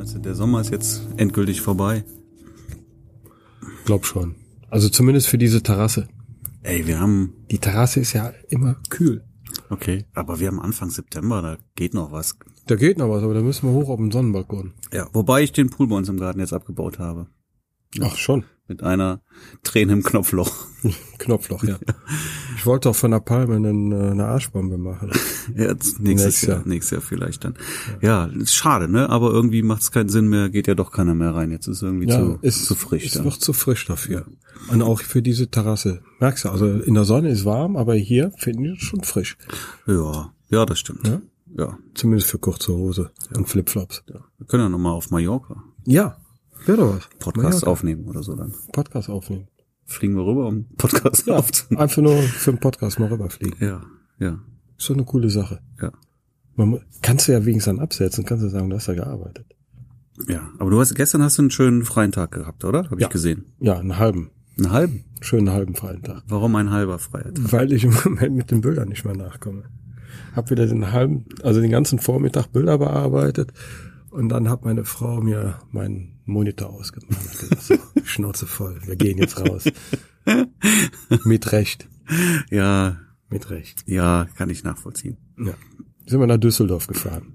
ist jetzt endgültig vorbei. Glaub schon. Also zumindest für diese Terrasse. Ey, wir haben, Die Terrasse ist ja immer kühl. okay, aber wir haben Anfang September, da geht noch was. Da geht noch was, aber da müssen wir hoch auf den Sonnenbalkon. Ja, wobei ich den Pool bei uns im Garten jetzt abgebaut habe. Ach schon. Mit einer Träne im Knopfloch. Knopfloch, ja. Ich wollte auch von der Palme einen, äh, eine Arschbombe machen. Jetzt, nächstes Nächstes Jahr. Jahr. nächstes Jahr vielleicht dann. Ja, ist schade, ne? Aber irgendwie macht es keinen Sinn mehr, geht ja doch keiner mehr rein. Jetzt ist irgendwie zu, zu frisch. Ist dann. noch zu frisch dafür. Und auch für diese Terrasse. Merkst du, also in der Sonne ist warm, aber hier finden wir es schon frisch. Ja, ja, das stimmt. Ja, Ja? ja. Zumindest für kurze Hose und Flipflops. wir können ja nochmal auf Mallorca Ja, wäre doch was. Podcast Mallorca. aufnehmen oder so dann. Podcast aufnehmen. Fliegen wir rüber, um Podcast Ja, aufzunehmen. einfach nur für den Podcast mal rüberfliegen. Ja, ja, Ist so eine coole Sache. ja. Man, mu- kannst du ja wenigstens dann absetzen, kannst du sagen, du hast ja gearbeitet. Ja, aber du hast gestern hast du einen schönen freien Tag gehabt, oder? Habe Ja. ich gesehen. Ja, einen halben, Einen halben. schönen halben freien Tag. Warum ein halber freier Tag? Weil ich im Moment mit den Bildern nicht mehr nachkomme. Hab wieder den halben, also den ganzen Vormittag Bilder bearbeitet und dann hat meine Frau mir meinen Monitor ausgemacht. Ich hab gesagt, So, Schnauze voll, wir gehen jetzt raus. Mit Recht, Ja, mit Recht. ja, kann ich nachvollziehen. Ja. Sind wir nach Düsseldorf gefahren.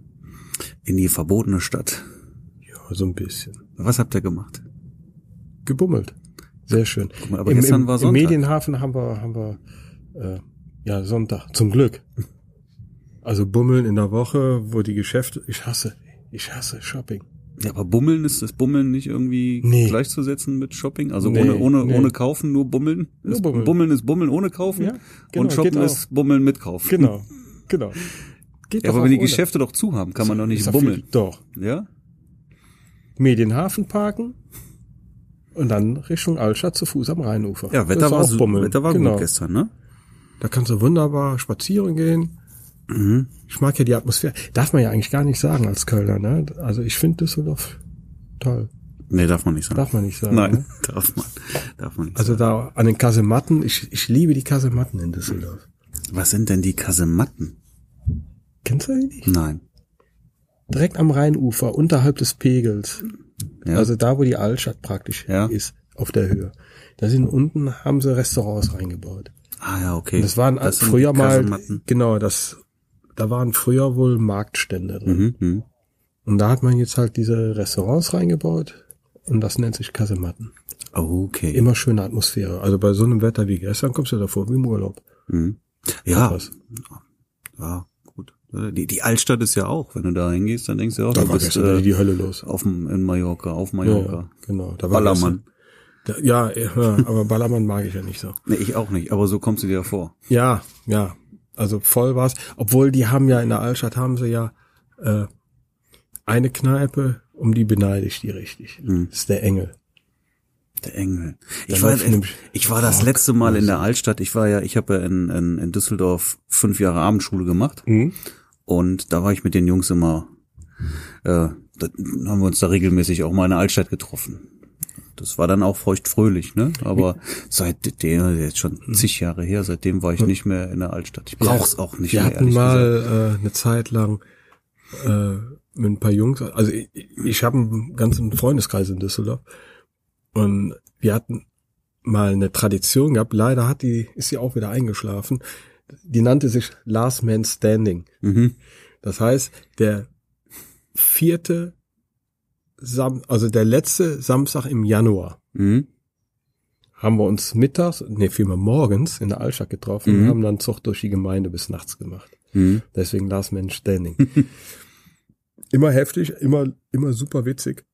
In die verbotene Stadt. Ja, so ein bisschen. Was habt ihr gemacht? Gebummelt. Sehr schön. mal, aber gestern war Im Sonntag. Medienhafen haben wir, haben wir äh, ja Sonntag, zum Glück. Also bummeln in der Woche, wo die Geschäfte, ich hasse, ich hasse Shopping. Ja, aber Bummeln ist das Bummeln nicht irgendwie Nee. gleichzusetzen mit Shopping? Also Nee, ohne ohne nee. ohne kaufen, nur Bummeln. Nur ist, Bummeln. ist Bummeln ohne kaufen Ja, genau, und Shoppen geht auch. ist Bummeln mit kaufen. Genau, genau. Geht Ja, doch aber auch wenn die ohne. Geschäfte doch zu haben, kann man doch Ist nicht doch bummeln. Viel, doch. Ja? Medienhafen parken und dann Richtung Altstadt zu Fuß am Rheinufer. Ja, Das Wetter ist war, auch su- bummeln. Wetter war genau. gut gestern, ne? Da kannst du wunderbar spazieren gehen. Mhm. Ich mag ja die Atmosphäre. Darf man ja eigentlich gar nicht sagen als Kölner, ne? Also ich finde Düsseldorf toll. Nee, darf man nicht sagen. Darf man nicht sagen. Nein, Ne? darf man. Darf man nicht Also da an den Kasematten, ich, ich liebe die Kasematten in Düsseldorf. sagen. Was sind denn die Kasematten? Kennst du die nicht? Nein. Direkt am Rheinufer, unterhalb des Pegels. Ja. Also da, wo die Altstadt praktisch Ja. ist, auf der Höhe. Da sind unten, haben sie Restaurants reingebaut. ah ja, okay. Und das waren sind früher die mal, Kasematten. genau, das, da waren früher wohl Marktstände drin. Mhm, mhm. Und da hat man jetzt halt diese Restaurants reingebaut. Und das nennt sich Kasematten. Okay. Immer schöne Atmosphäre. Also bei so einem Wetter wie gestern kommst du davor wie im Urlaub. Mhm. Ja, Was? ja, gut. Die, die Altstadt ist ja auch, wenn du da hingehst, dann denkst du auch, Da du war bist gestern wieder äh, die Hölle los. auf dem, in Mallorca, auf Ja, Mallorca. ja, genau. Da war Ballermann. Da, ja, ja, aber Ballermann mag ich ja nicht so. Nee, ich auch nicht, aber so kommst du dir ja vor. Ja, ja. Also voll war's. Obwohl die haben ja in der Altstadt haben sie ja äh, eine Kneipe, um die beneide ich die richtig. Das ist der Engel. Der Engel. Da Ich war, läuft nämlich- ich war das letzte Mal in der Altstadt. Ich war ja, ich habe ja in, in, in Düsseldorf fünf Jahre Abendschule gemacht. Und da war ich mit den Jungs immer, äh, da haben wir uns da regelmäßig auch mal in der Altstadt getroffen. Das war dann auch feucht fröhlich, ne? Aber seitdem, jetzt schon zig Jahre her, seitdem war ich nicht mehr in der Altstadt. Ich brauch's auch Hm. nicht Wir mehr. hatten ehrlich gesagt. mal äh, eine Zeit lang äh, mit ein paar Jungs, also ich, ich habe einen ganzen Freundeskreis in Düsseldorf und wir hatten mal eine Tradition gehabt. Leider hat die ist sie auch wieder eingeschlafen. Die nannte sich Last Man Standing. Mhm. Das heißt, der vierte Sam also der letzte Samstag im Januar Mhm. haben wir uns mittags, nee, vielmehr morgens in der Altstadt getroffen Mhm. und haben dann Zug durch die Gemeinde bis nachts gemacht. Mhm. Deswegen Last Man Standing. immer heftig, immer, immer super witzig.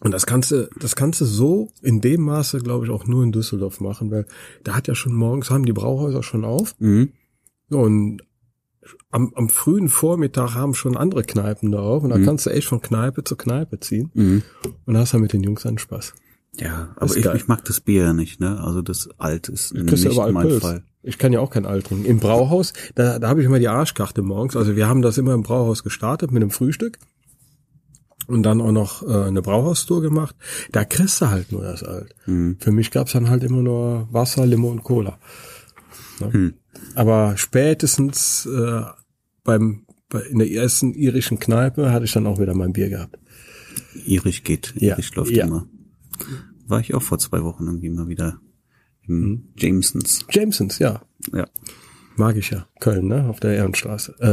Und das kannst du, das kannst du so in dem Maße, glaube ich, auch nur in Düsseldorf machen, weil da hat ja schon morgens, haben die Brauhäuser schon auf. Mhm. Ja, und am, am frühen Vormittag haben schon andere Kneipen da auf und da Mhm. kannst du echt von Kneipe zu Kneipe ziehen Mhm. und da hast dann mit den Jungs einen Spaß. Ja, Ist aber ich, geil. ich mag das Bier ja nicht, ne? Also das Alt ist Du kriegst nicht ja überall mein Pilz. Fall. Ich kann ja auch kein Alk trinken. Im Brauhaus, da, da habe ich immer die Arschkarte morgens. Also wir haben das immer im Brauhaus gestartet mit einem Frühstück und dann auch noch äh, eine Brauhaustour gemacht. Da kriegst du halt nur das Alt. Mhm. Für mich gab's dann halt immer nur Wasser, Limo und Cola. Ne? Hm. Aber spätestens äh, beim bei, in der ersten irischen Kneipe hatte ich dann auch wieder mein Bier gehabt. Irisch geht. Ja, Irisch läuft ja. immer. War ich auch vor zwei Wochen irgendwie mal wieder im Hm. Jamesons. Jamesons, ja. Ja. Magischer. Köln, ne? Auf der Ehrenstraße. Äh,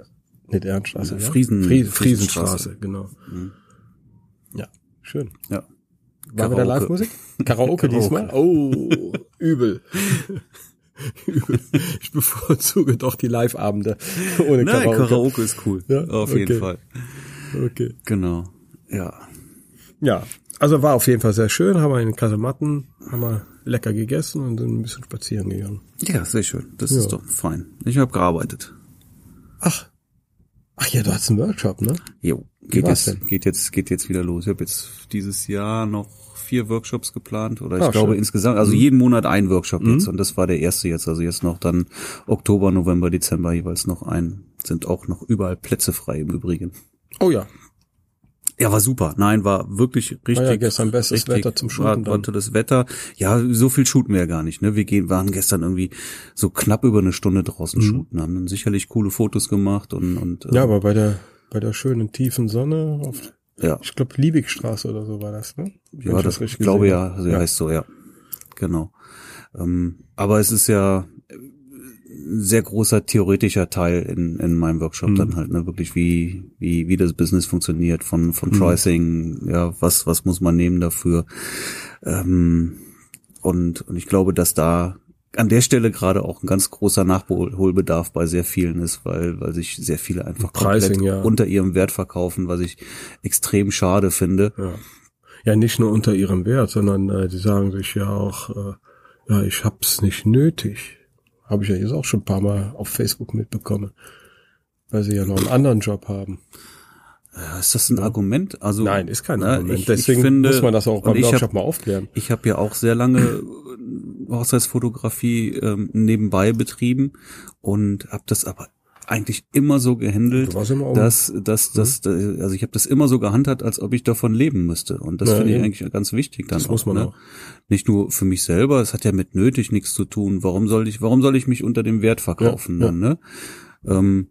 äh, nicht Ehrenstraße. Ja? Friesen- Fries Friesenstraße, Friesenstraße, genau. Ja, schön. Ja. War wieder Karaoke. Live-Musik? Karaoke, Karaoke. diesmal? Oh, übel. übel. Ich bevorzuge doch die Live-Abende ohne Nein, Karaoke. Karaoke, ist cool. Ja, Auf okay. jeden Fall. Okay. Genau. Ja. Ja, also war auf jeden Fall sehr schön. Haben wir in Kasematten, haben wir lecker gegessen und sind ein bisschen spazieren gegangen. Ja, sehr schön. Das Ja. ist doch fein. Ich habe gearbeitet. Ach, ach ja, du hast einen Workshop, ne? Jo, geht war's jetzt, denn? geht jetzt, geht jetzt wieder los. Ich habe jetzt dieses Jahr noch vier Workshops geplant oder ich Ah, glaube schön. Mhm. insgesamt, also jeden Monat ein Workshop jetzt und das war der erste jetzt. Also jetzt noch dann Oktober, November, Dezember jeweils noch ein. Sind auch noch überall Plätze frei im Übrigen. Oh ja, Ja, war super. Nein, war wirklich richtig. ja gestern bestes richtig, Wetter zum Shooten War, dann. war tolles Wetter. Ja, so viel shooten wir ja gar nicht. Ne? Wir gehen, waren gestern irgendwie so knapp über eine Stunde draußen shooten, haben dann sicherlich coole Fotos gemacht und, und äh, Mhm. Ja, aber bei der, bei der schönen tiefen Sonne auf, ja. ich glaube, Liebigstraße oder so war das, ne? Wenn Ja, ich das ich richtig glaube gesehen ja, habe. also ja. heißt so, ja. Genau. Ähm, aber es ist ja äh, ein sehr großer theoretischer Teil in, in meinem Workshop dann halt, ne, wirklich wie, wie, wie das Business funktioniert, von, von Pricing, ja, was, was muss man nehmen dafür. Ähm, und, und ich glaube, dass da an der Stelle gerade auch ein ganz großer Nachholbedarf bei sehr vielen ist, weil, weil sich sehr viele einfach Pricing, komplett ja. unter ihrem Wert verkaufen, was ich extrem schade finde. Ja. ja, nicht nur unter ihrem Wert, sondern äh, die sagen sich ja auch, äh, ja, ich hab's nicht nötig. Habe ich ja jetzt auch schon ein paar Mal auf Facebook mitbekommen. Weil sie ja noch einen anderen Job haben. Ja, Ist das ein Argument? Also Nein, ist kein ne, Argument. Ich, Deswegen ich finde, muss man das auch und beim ich Workshop hab- mal aufklären. Ich habe ja auch sehr lange äh, Hochzeitsfotografie ähm, nebenbei betrieben und habe das aber eigentlich immer so gehandelt, Du warst immer um. dass, dass, dass, Hm? äh, also ich habe das immer so gehandhabt, als ob ich davon leben müsste. Und das Ja, finde ich eben. eigentlich ganz wichtig dann ne? Das muss man auch. ne? Nicht nur für mich selber, es hat ja mit nötig nichts zu tun. Warum soll ich, warum soll ich mich unter dem Wert verkaufen Ja, dann, ne? Ähm,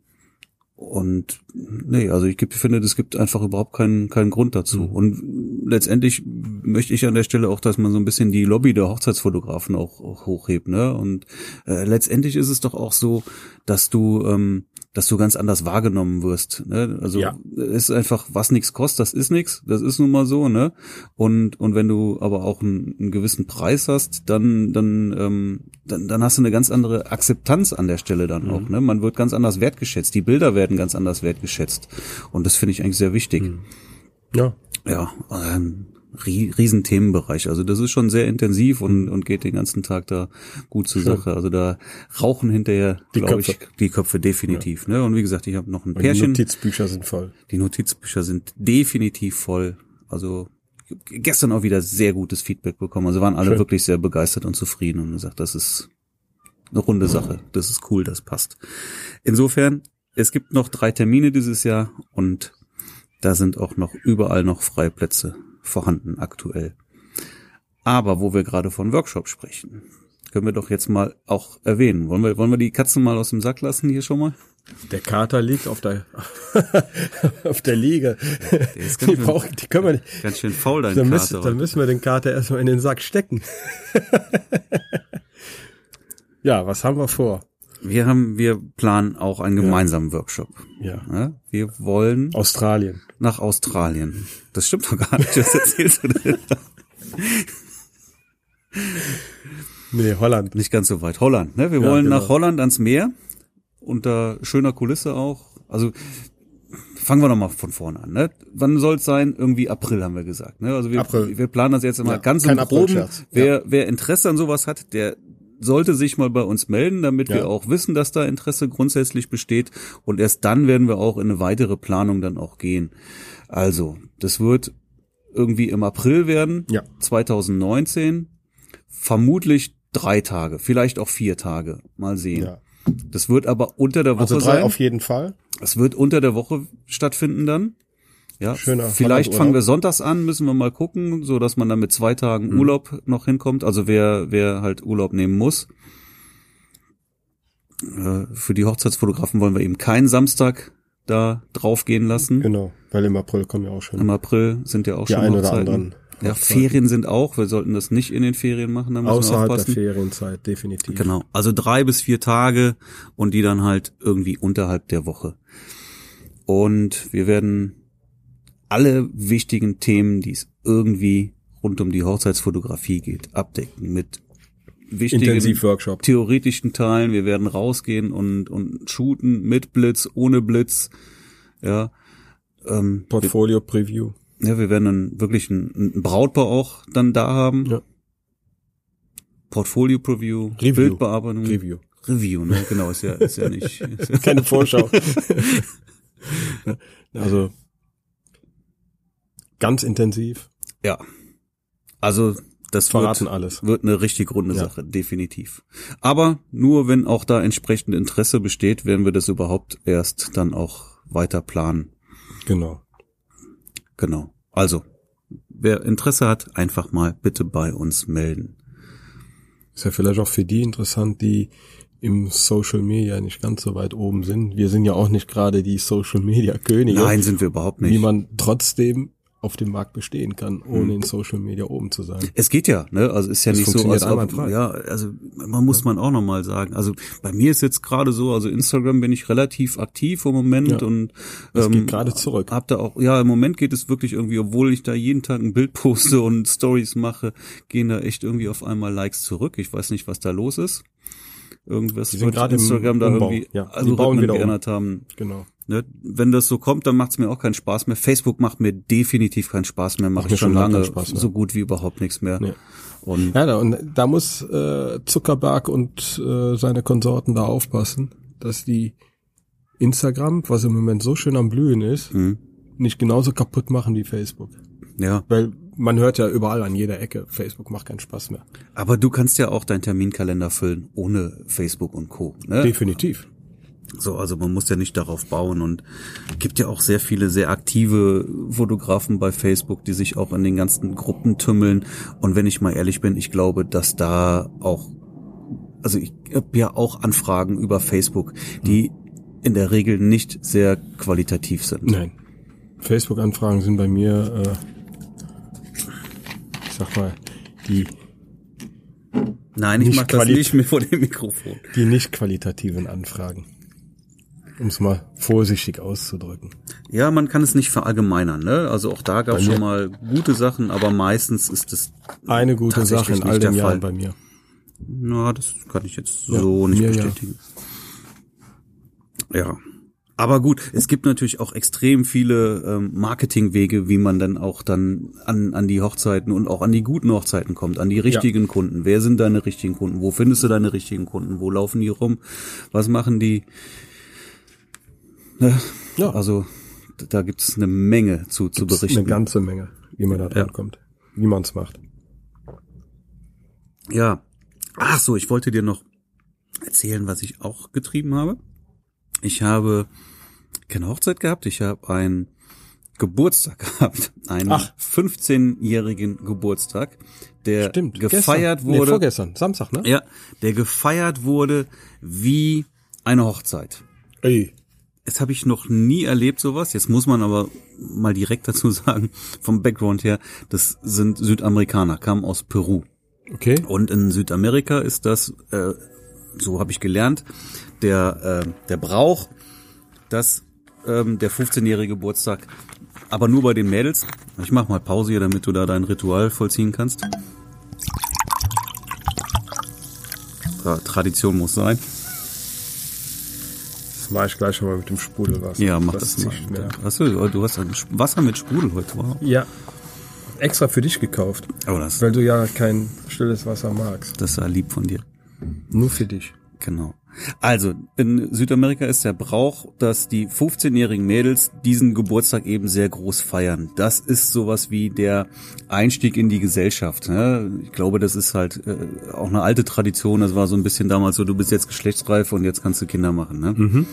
und nee, also ich gibt- finde, es gibt einfach überhaupt keinen, keinen Grund dazu. Mhm. Und letztendlich möchte ich an der Stelle auch, dass man so ein bisschen die Lobby der Hochzeitsfotografen auch, auch hochhebt. Ne? Und äh, letztendlich ist es doch auch so, dass du, ähm, dass du ganz anders wahrgenommen wirst. Ne? Also Ja. es ist einfach, was nichts kostet, das ist nichts. Das ist nun mal so. Ne? Und und wenn du aber auch einen, einen gewissen Preis hast, dann dann, ähm, dann dann hast du eine ganz andere Akzeptanz an der Stelle dann auch. Ne? Man wird ganz anders wertgeschätzt. Die Bilder werden ganz anders wertgeschätzt. Und das finde ich eigentlich sehr wichtig. Ja, Ja, ähm, rie- riesen Themenbereich. Also das ist schon sehr intensiv und, und geht den ganzen Tag da gut zur Sache. Also da rauchen hinterher, Die glaube ich, Köpfe. die Köpfe definitiv. Ne? Und wie gesagt, ich habe noch ein und die Pärchen. Notizbücher sind voll. Die Notizbücher sind definitiv voll. Also g- gestern auch wieder sehr gutes Feedback bekommen. Also waren alle Schön. wirklich sehr begeistert und zufrieden und gesagt, das ist eine runde Sache. Das ist cool, das passt. Insofern, es gibt noch drei Termine dieses Jahr und da sind auch noch überall noch freie Plätze vorhanden aktuell. Aber wo wir gerade von Workshop sprechen, können wir doch jetzt mal auch erwähnen. Wollen wir, wollen wir die Katzen mal aus dem Sack lassen hier schon mal? Der Kater liegt auf der, auf der Liege. Der ist Die, ganz, schön, brauchen, die können wir nicht. ganz schön faul, dein Dann Kater. müssen, dann müssen wir den Kater erstmal in den Sack stecken. ja, was haben wir vor? Wir haben, wir planen auch einen gemeinsamen Workshop. Ja. Ja, Wir wollen Australien. nach Australien. Das stimmt doch gar nicht. Was erzählst du denn? Nee, Holland. Nicht ganz so weit. Holland, ne? Wir Ja, wollen genau. nach Holland ans Meer. Unter schöner Kulisse auch. Also, fangen wir noch mal von vorne an, ne? Wann soll's sein? Irgendwie April haben wir gesagt, ne? Also wir, April. wir planen das jetzt immer Ja, ganz im kein Groben. April-Scherz. Wer, wer Interesse an sowas hat, der sollte sich mal bei uns melden, damit Ja. wir auch wissen, dass da Interesse grundsätzlich besteht. Und erst dann werden wir auch in eine weitere Planung dann auch gehen. Also, das wird irgendwie im April werden, Ja. 2019. Vermutlich drei Tage, vielleicht auch vier Tage. Mal sehen. Ja. Das wird aber unter der Woche Also drei sein. auf jeden Fall. Es wird unter der Woche stattfinden dann. Ja, Schöner vielleicht Hollandurlaub. fangen wir sonntags an, müssen wir mal gucken, so dass man dann mit zwei Tagen Mhm. Urlaub noch hinkommt. Also wer, wer halt Urlaub nehmen muss. Äh, Für die Hochzeitsfotografen wollen wir eben keinen Samstag da draufgehen lassen. Genau, weil im April kommen ja auch schon Im April sind ja auch die schon ein oder Hochzeiten. anderen. Ja, Ferien sind auch, wir sollten das nicht in den Ferien machen, da müssen Außerhalb wir der aufpassen. Ferienzeit, definitiv. Genau, also drei bis vier Tage und die dann halt irgendwie unterhalb der Woche. Und wir werden alle wichtigen Themen, die es irgendwie rund um die Hochzeitsfotografie geht, abdecken mit wichtigen Intensivworkshop. theoretischen Teilen. Wir werden rausgehen und, und shooten mit Blitz, ohne Blitz. Ja, ähm, Portfolio Preview. ja, wir werden dann wirklich ein, ein Brautpaar auch dann da haben. Ja. Portfolio Preview, Review. Bildbearbeitung, Preview. Review, ne? Genau, ist ja, ist ja nicht. Ist ja, Keine Vorschau. also ganz intensiv. ja. Also das Verraten wird, alles. wird eine richtig runde Ja. Sache, definitiv. Aber nur wenn auch da entsprechend Interesse besteht, werden wir das überhaupt erst dann auch weiter planen. Genau. Genau. Also, wer Interesse hat, einfach mal bitte bei uns melden. Ist ja vielleicht auch für die interessant, die im Social Media nicht ganz so weit oben sind. Wir sind ja auch nicht gerade die Social Media Könige, Nein, sind wir überhaupt nicht. wie man trotzdem auf dem Markt bestehen kann, ohne Hm. in Social Media oben zu sein. Es geht ja, ne? Also ist ja Es nicht so, funktioniert als ob, einwandfrei. ja, also man muss man auch nochmal sagen. Also bei mir ist jetzt gerade so, also Instagram bin ich relativ aktiv im Moment Ja. und Es ähm, geht gerade zurück. hab da auch, ja, im Moment geht es wirklich irgendwie, obwohl ich da jeden Tag ein Bild poste und Stories mache, gehen da echt irgendwie auf einmal Likes zurück. Ich weiß nicht, was da los ist. Irgendwas Die sind wird gerade im Instagram da Umbau. irgendwie Ja, die Algorithmen bauen wieder um. geändert haben. Genau. Ne? Wenn das so kommt, dann macht's mir auch keinen Spaß mehr. Facebook macht mir definitiv keinen Spaß mehr, mache mir ich schon schon lange lange keinen Spaß mehr. so gut wie überhaupt nichts mehr. Nee. Und Ja, da, und da muss äh, Zuckerberg und äh, seine Konsorten da aufpassen, dass die Instagram, was im Moment so schön am Blühen ist, Mhm. nicht genauso kaputt machen wie Facebook. ja, Weil man hört ja überall an jeder Ecke, Facebook macht keinen Spaß mehr. aber du kannst ja auch deinen Terminkalender füllen ohne Facebook und Co. Ne? Definitiv. So, also man muss ja nicht darauf bauen und gibt ja auch sehr viele sehr aktive Fotografen bei Facebook, die sich auch in den ganzen Gruppen tümmeln. Und wenn ich mal ehrlich bin, ich glaube, dass da auch, also ich habe ja auch Anfragen über Facebook, die in der Regel nicht sehr qualitativ sind. Nein. Facebook-Anfragen sind bei mir, äh, ich sag mal, die, Nein, ich Nicht mach das quali- nicht mehr vor dem Mikrofon. die nicht qualitativen Anfragen. Um es mal vorsichtig auszudrücken. Ja, man kann es nicht verallgemeinern, ne? Also auch da gab es Bei mir- schon mal gute Sachen, aber meistens ist es, Eine gute Tatsächlich Sache in nicht all den der Jahren bei Fall. mir. na, das kann ich jetzt Ja, so nicht mir ja. bestätigen. Ja. Aber gut, es gibt natürlich auch extrem viele ähm, Marketingwege, wie man dann auch dann an, an die Hochzeiten und auch an die guten Hochzeiten kommt, an die richtigen Kunden. Wer sind deine richtigen Kunden? Wo findest du deine richtigen Kunden? Wo laufen die rum? Was machen die? Ne? Ja. Also d- da gibt es eine Menge zu, zu Gibt's berichten. Eine ganze Menge, wie man da dran kommt, wie man es macht. Ja. Ach so, ich wollte dir noch erzählen, was ich auch getrieben habe. Ich habe keine Hochzeit gehabt, ich habe einen Geburtstag gehabt, einen Ach. 15-jährigen Geburtstag, der gefeiert gestern, Nee, wurde. vorgestern, Samstag, ne? ja, der gefeiert wurde wie eine Hochzeit. Ey, Das habe ich noch nie erlebt, sowas. Jetzt muss man aber mal direkt dazu sagen, vom Background her, das sind Südamerikaner, kamen aus Peru. okay. Und in Südamerika ist das, äh, so habe ich gelernt, der, äh, der Brauch, dass ähm, der 15-jährige Geburtstag, aber nur bei den Mädels. Ich mach mal Pause hier, damit du da dein Ritual vollziehen kannst. Tra Tradition muss sein. Das mache ich gleich schon mal mit dem Sprudelwasser. Ja, mach das, zieh ich mal. mir. Hast du, du hast ein Sch- Wasser mit Sprudel heute, wow. Ja, extra für dich gekauft, Aber das, weil du ja kein stilles Wasser magst. das war lieb von dir. Nur für dich. Genau. Also, in Südamerika ist der Brauch, dass die 15-jährigen Mädels diesen Geburtstag eben sehr groß feiern. Das ist sowas wie der Einstieg in die Gesellschaft. Ne? Ich glaube, das ist halt äh, auch eine alte Tradition. Das war so ein bisschen damals so, du bist jetzt geschlechtsreif und jetzt kannst du Kinder machen. Ne?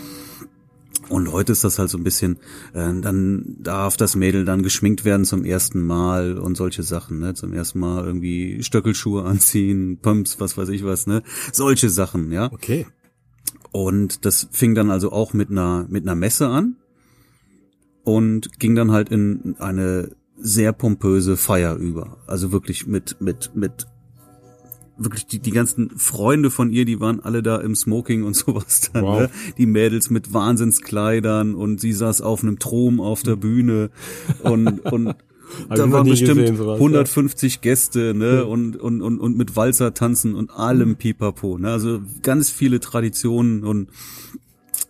Und heute ist das halt so ein bisschen, äh, dann darf das Mädel dann geschminkt werden zum ersten Mal und solche Sachen, ne? Zum ersten Mal irgendwie Stöckelschuhe anziehen, Pumps, was weiß ich was, ne? Solche Sachen, ja. Okay. Und das fing dann also auch mit einer, mit einer Messe an. und ging dann halt in eine sehr pompöse Feier über. Also wirklich mit, mit, mit wirklich die, die ganzen Freunde von ihr, die waren alle da im Smoking und sowas dann, Wow. ne? Die Mädels mit Wahnsinnskleidern und sie saß auf einem Thron auf der Bühne und, und ich da noch waren nie bestimmt gesehen, sowas, ja. 150 Gäste, ne, und, und, und, und mit Walzer tanzen und allem Pipapo, ne? Also ganz viele Traditionen und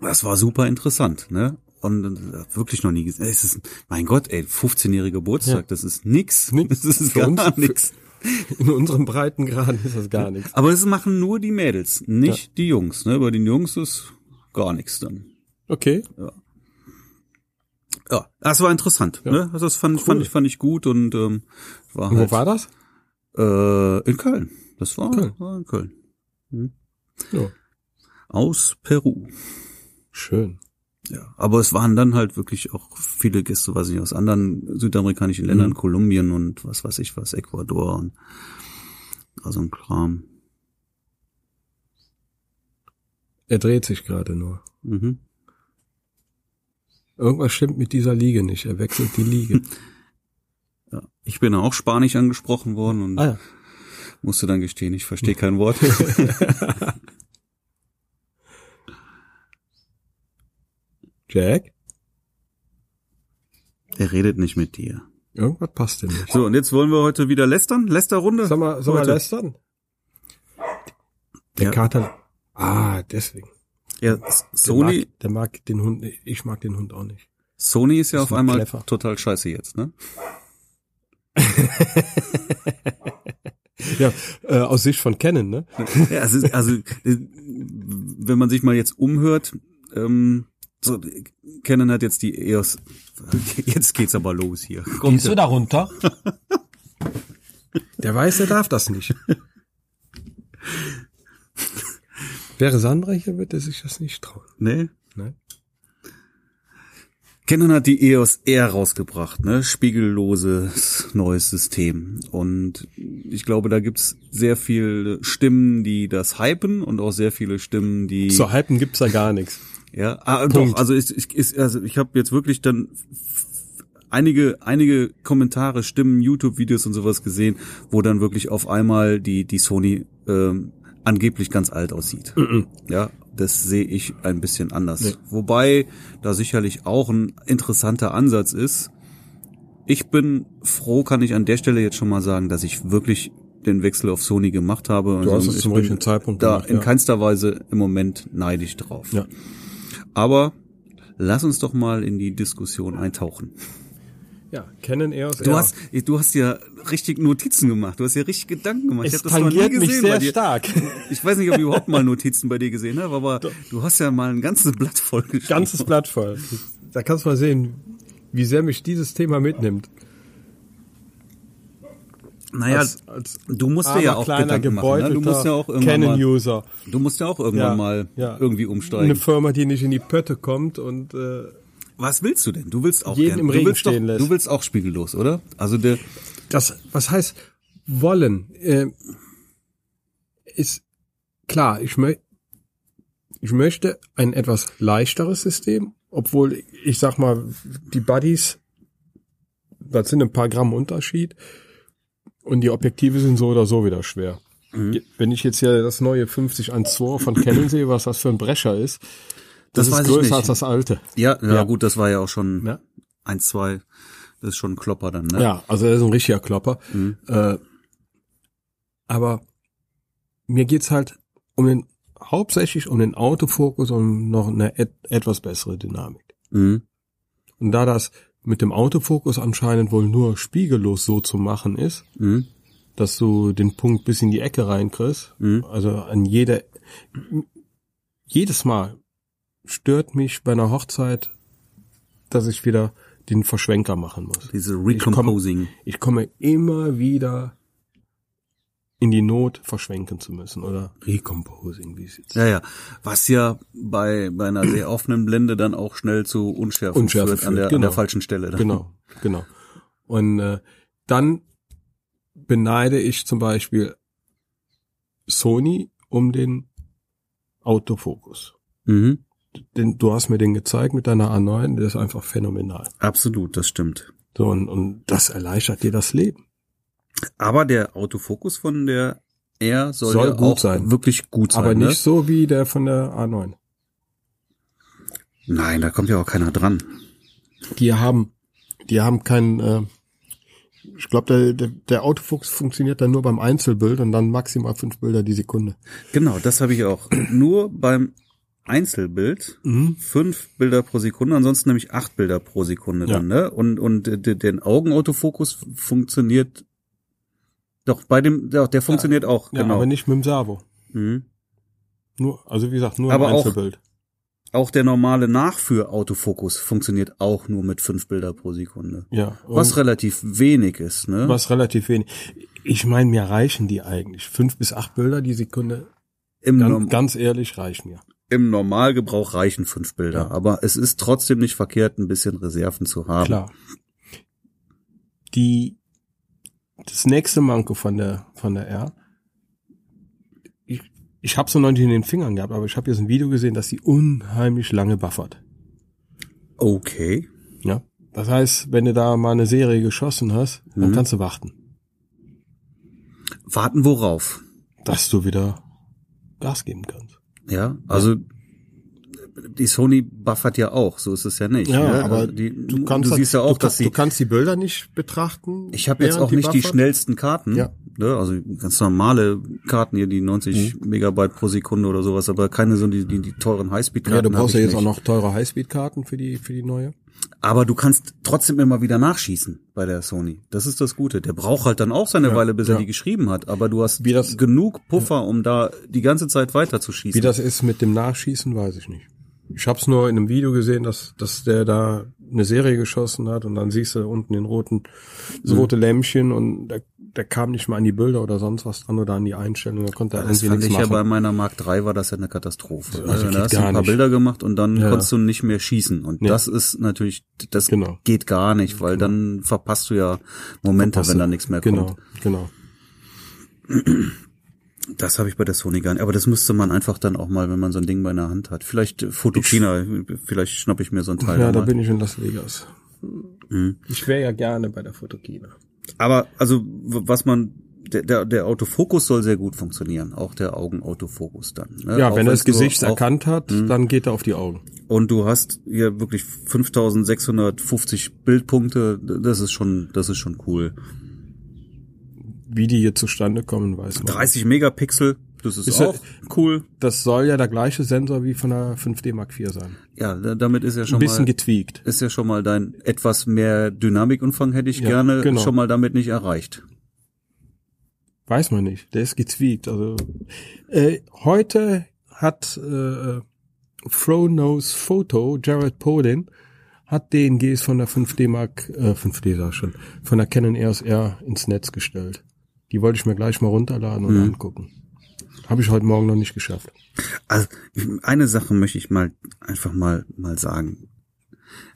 das war super interessant, ne? Und äh, wirklich noch nie gesehen. Es ist, mein Gott, ey, 15-jähriger Geburtstag, Ja. das ist nix. Nix. Das ist Für gar uns- für- nix. In unserem Breitengraden ist das gar nichts. Aber es machen nur die Mädels, nicht die Jungs. Ne? Bei den Jungs ist gar nichts dann. Okay. Ja, das war interessant. Ja. Ne? Also das fand, fand ich fand ich gut und ähm, war Und halt wo war das? Äh, in Köln. Das war, Köln. war in Köln. Ja. Aus Peru. Schön. Ja, aber es waren dann halt wirklich auch viele Gäste, weiß ich nicht, aus anderen südamerikanischen Ländern, Kolumbien und was weiß ich was, Ecuador und also ein Kram. Er dreht sich gerade nur. Mhm. Irgendwas stimmt mit dieser Liege nicht. Er wechselt die Liege. Ja. Ich bin auch Spanisch angesprochen worden und Ah, ja. musste dann gestehen, ich verstehe kein Wort. Jack? Er redet nicht mit dir. Irgendwas passt dir nicht. So, und jetzt wollen wir heute wieder lästern? Lästerrunde? Sag mal, sag mal Leute. lästern. Der Ja. Kater. Ah, deswegen. Ja, S- Sony, Der mag, der mag den Hund, nicht. ich mag den Hund auch nicht. Sony ist ja Ist auf ein einmal Kleffer. total scheiße jetzt, ne? Ja, äh, aus Sicht von Canon, ne? Ja, es ist, also, äh, wenn man sich mal jetzt umhört, ähm, so, Canon hat jetzt die EOS. Jetzt geht's aber los hier. Kommt, Gehst du da runter? Der weiß, der darf das nicht. Wäre Sandra hier, würde er sich das nicht trauen. ne? Ne? Canon hat die EOS R rausgebracht, ne? Spiegelloses neues System. Und ich glaube, da gibt's sehr viele Stimmen, die das hypen und auch sehr viele Stimmen, die Zu hypen gibt's da gar nichts. Ja, ah, Punkt. doch, also ich, ich, ich, also ich habe jetzt wirklich dann f- einige einige Kommentare, Stimmen, YouTube Videos und sowas gesehen, wo dann wirklich auf einmal die die Sony ähm, angeblich ganz alt aussieht. Ja, das sehe ich ein bisschen anders. Wobei da sicherlich auch ein interessanter Ansatz ist. Ich bin froh, kann ich an der Stelle jetzt schon mal sagen, dass ich wirklich den Wechsel auf Sony gemacht habe. Also Du hast es ich zum bin richtigen Zeitpunkt Da gemacht, in ja. keinster Weise im Moment neidisch drauf. Ja. Aber lass uns doch mal in die Diskussion eintauchen. Ja, Canon EOS Du R. hast, du hast ja richtig Notizen gemacht. Du hast ja richtig Gedanken gemacht. es ich habe das noch nie tangiert mich gesehen bei sehr dir. stark. Ich weiß nicht, ob ich überhaupt mal Notizen bei dir gesehen habe, aber du hast ja mal ein ganzes Blatt voll geschrieben. Ganzes Blatt voll. Da kannst du mal sehen, wie sehr mich dieses Thema mitnimmt. Naja, Als- als du musst dir ja auch Gedanken machen. Ne? Du musst ja auch irgendwann mal, Canon-User. du musst ja auch irgendwann mal irgendwie umsteigen. Eine Firma, die nicht in die Pötte kommt und äh, Was willst du denn? Du willst auch Jeden gern- im du Regen willst stehen doch, lässt. Du willst auch spiegellos, oder? Also der, das, was heißt wollen? Äh, ist klar, ich, mö ich möchte ein etwas leichteres System, obwohl ich sag mal, die Buddies, das sind ein paar Gramm Unterschied und die Objektive sind so oder so wieder schwer. Mhm. Wenn ich jetzt hier das neue 50 1 2 von Canon sehe, was das für ein Brecher ist, Das das, weiß ist ich größer nicht. als das alte. ja, ja, Ja. gut, das war ja auch schon Ja. eins, zwei. Das ist schon ein Klopper dann, ne? Ja, also er ist ein richtiger Klopper. Äh, aber mir geht's halt um den, hauptsächlich um den Autofokus und noch eine et, etwas bessere Dynamik. Mhm. Und da das mit dem Autofokus anscheinend wohl nur spiegellos so zu machen ist, Mhm. dass du den Punkt bis in die Ecke reinkriegst, Mhm. also an jeder, jedes Mal stört mich bei einer Hochzeit, dass ich wieder den Verschwenker machen muss. Diese Ich komm- Recomposing. ich komme immer wieder in die Not, verschwenken zu müssen oder recomposing, wie es jetzt Ja, ja. Was ja bei, bei einer sehr offenen Blende dann auch schnell zu Unschärfen, Unschärfe führt, an, führt, der, an der genau. falschen Stelle. Dann. Genau, genau. Und äh, dann beneide ich zum Beispiel Sony um den Autofokus. Mhm. den, du hast mir den gezeigt mit deiner A9, der ist einfach phänomenal. Absolut, das stimmt. So, und, und das erleichtert dir das Leben. Aber der Autofokus von der R soll, Soll ja gut auch sein. wirklich gut sein. Aber ne? nicht so wie der von der A9. Nein, da kommt ja auch keiner dran. Die haben, die haben keinen, äh, ich glaube, der, der, der Autofuchs funktioniert dann nur beim Einzelbild und dann maximal fünf Bilder die Sekunde. Genau, das habe ich auch. Nur beim Einzelbild Mhm. fünf Bilder pro Sekunde, ansonsten nämlich acht Bilder pro Sekunde Ja. dann, ne? Und, und äh, de- den Augenautofokus funktioniert doch bei dem, doch, der funktioniert auch, Ja, genau. aber nicht mit dem Servo. mhm. Nur, also wie gesagt, nur Aber im auch- Einzelbild. Auch der normale Nachführautofokus funktioniert auch nur mit fünf Bilder pro Sekunde. Ja. Was relativ wenig ist, ne? Oh. was relativ wenig. Ich meine, mir reichen die eigentlich. Fünf bis acht Bilder die Sekunde, Im, ganz, Norm- ganz ehrlich, reichen mir. Im Normalgebrauch reichen fünf Bilder, Ja. aber es ist trotzdem nicht verkehrt, ein bisschen Reserven zu haben. Klar. Die, das nächste Manko von der, von der R. Ich, ich habe sie noch nicht in den Fingern gehabt, aber ich habe jetzt ein Video gesehen, dass sie unheimlich lange buffert. Okay. Ja. Das heißt, wenn du da mal eine Serie geschossen hast, dann Mhm. kannst du warten, Warten worauf? dass du wieder Gas geben kannst. Ja, also die Sony buffert ja auch, so ist es ja nicht. ne? Also die, du, du das- siehst ja auch, du, dass du sie. kannst die Bilder nicht betrachten. Ich habe jetzt während auch nicht die buffert. schnellsten Karten, Ja. ne? also ganz normale Karten hier, die 90 Mhm. Megabyte pro Sekunde oder sowas, aber keine so die, die, die teuren Highspeed-Karten. Ja, du brauchst ja hab ich jetzt auch nicht. noch teure Highspeed-Karten für die, für die neue. Aber du kannst trotzdem immer wieder nachschießen bei der Sony. Das ist das Gute. Der braucht halt dann auch seine Weile, bis ja. er die geschrieben hat. Aber du hast Wie das- genug Puffer, um da die ganze Zeit weiter zu schießen. Wie das ist mit dem Nachschießen, weiß ich nicht. Ich hab's nur in einem Video gesehen, dass, dass der da eine Serie geschossen hat und dann siehst du unten den roten, das Mhm. rote Lämpchen und der, der kam nicht mal an die Bilder oder sonst was dran oder an die Einstellung, da konnte er das irgendwie fand nichts ich ja bei machen. meiner Mark III war das ja eine Katastrophe. Also Also, geht da hast du gar ein paar nicht. Bilder gemacht und dann Ja. konntest du nicht mehr schießen. Und Nee. das ist natürlich, das Genau. geht gar nicht, weil dann verpasst du ja Momente, wenn da nichts mehr genau, kommt. Genau, Das habe ich bei der Sony gar nicht. Aber das müsste man einfach dann auch mal, wenn man so ein Ding bei einer Hand hat. Vielleicht äh, Fotokina, vielleicht schnappe ich mir so ein Teil. Ja, dann Mhm. da mal. bin ich in Las Vegas. Ich wäre ja gerne bei der Fotokina. Aber also w- was man der, der, der Autofokus soll sehr gut funktionieren, auch der Augenautofokus dann. Ne? Ja, auch wenn er das du Gesicht auch- erkannt hat, Mhm. dann geht er auf die Augen. Und du hast hier wirklich 5650 Bildpunkte, d- das ist schon, das ist schon cool. Wie die hier zustande kommen, weiß man. 30 Megapixel, das ist, Ist ja- auch cool. Das soll ja der gleiche Sensor wie von der 5D Mark IV sein. Ja, da- damit ist ja schon Ein bisschen mal getweakt. ist ja schon mal dein etwas mehr Dynamikumfang hätte ich Ja, gerne genau. schon mal damit nicht erreicht. Weiß man nicht. Der ist gezwiegt. Also äh, heute hat äh, Fronos Photo, Jared Podin, hat DNGs von der 5D Mark, äh, 5D sag ich schon, von der Canon EOS R ins Netz gestellt. Die wollte ich mir gleich mal runterladen und Mhm. angucken. Habe ich heute Morgen noch nicht geschafft. Also eine Sache möchte ich mal einfach mal mal sagen.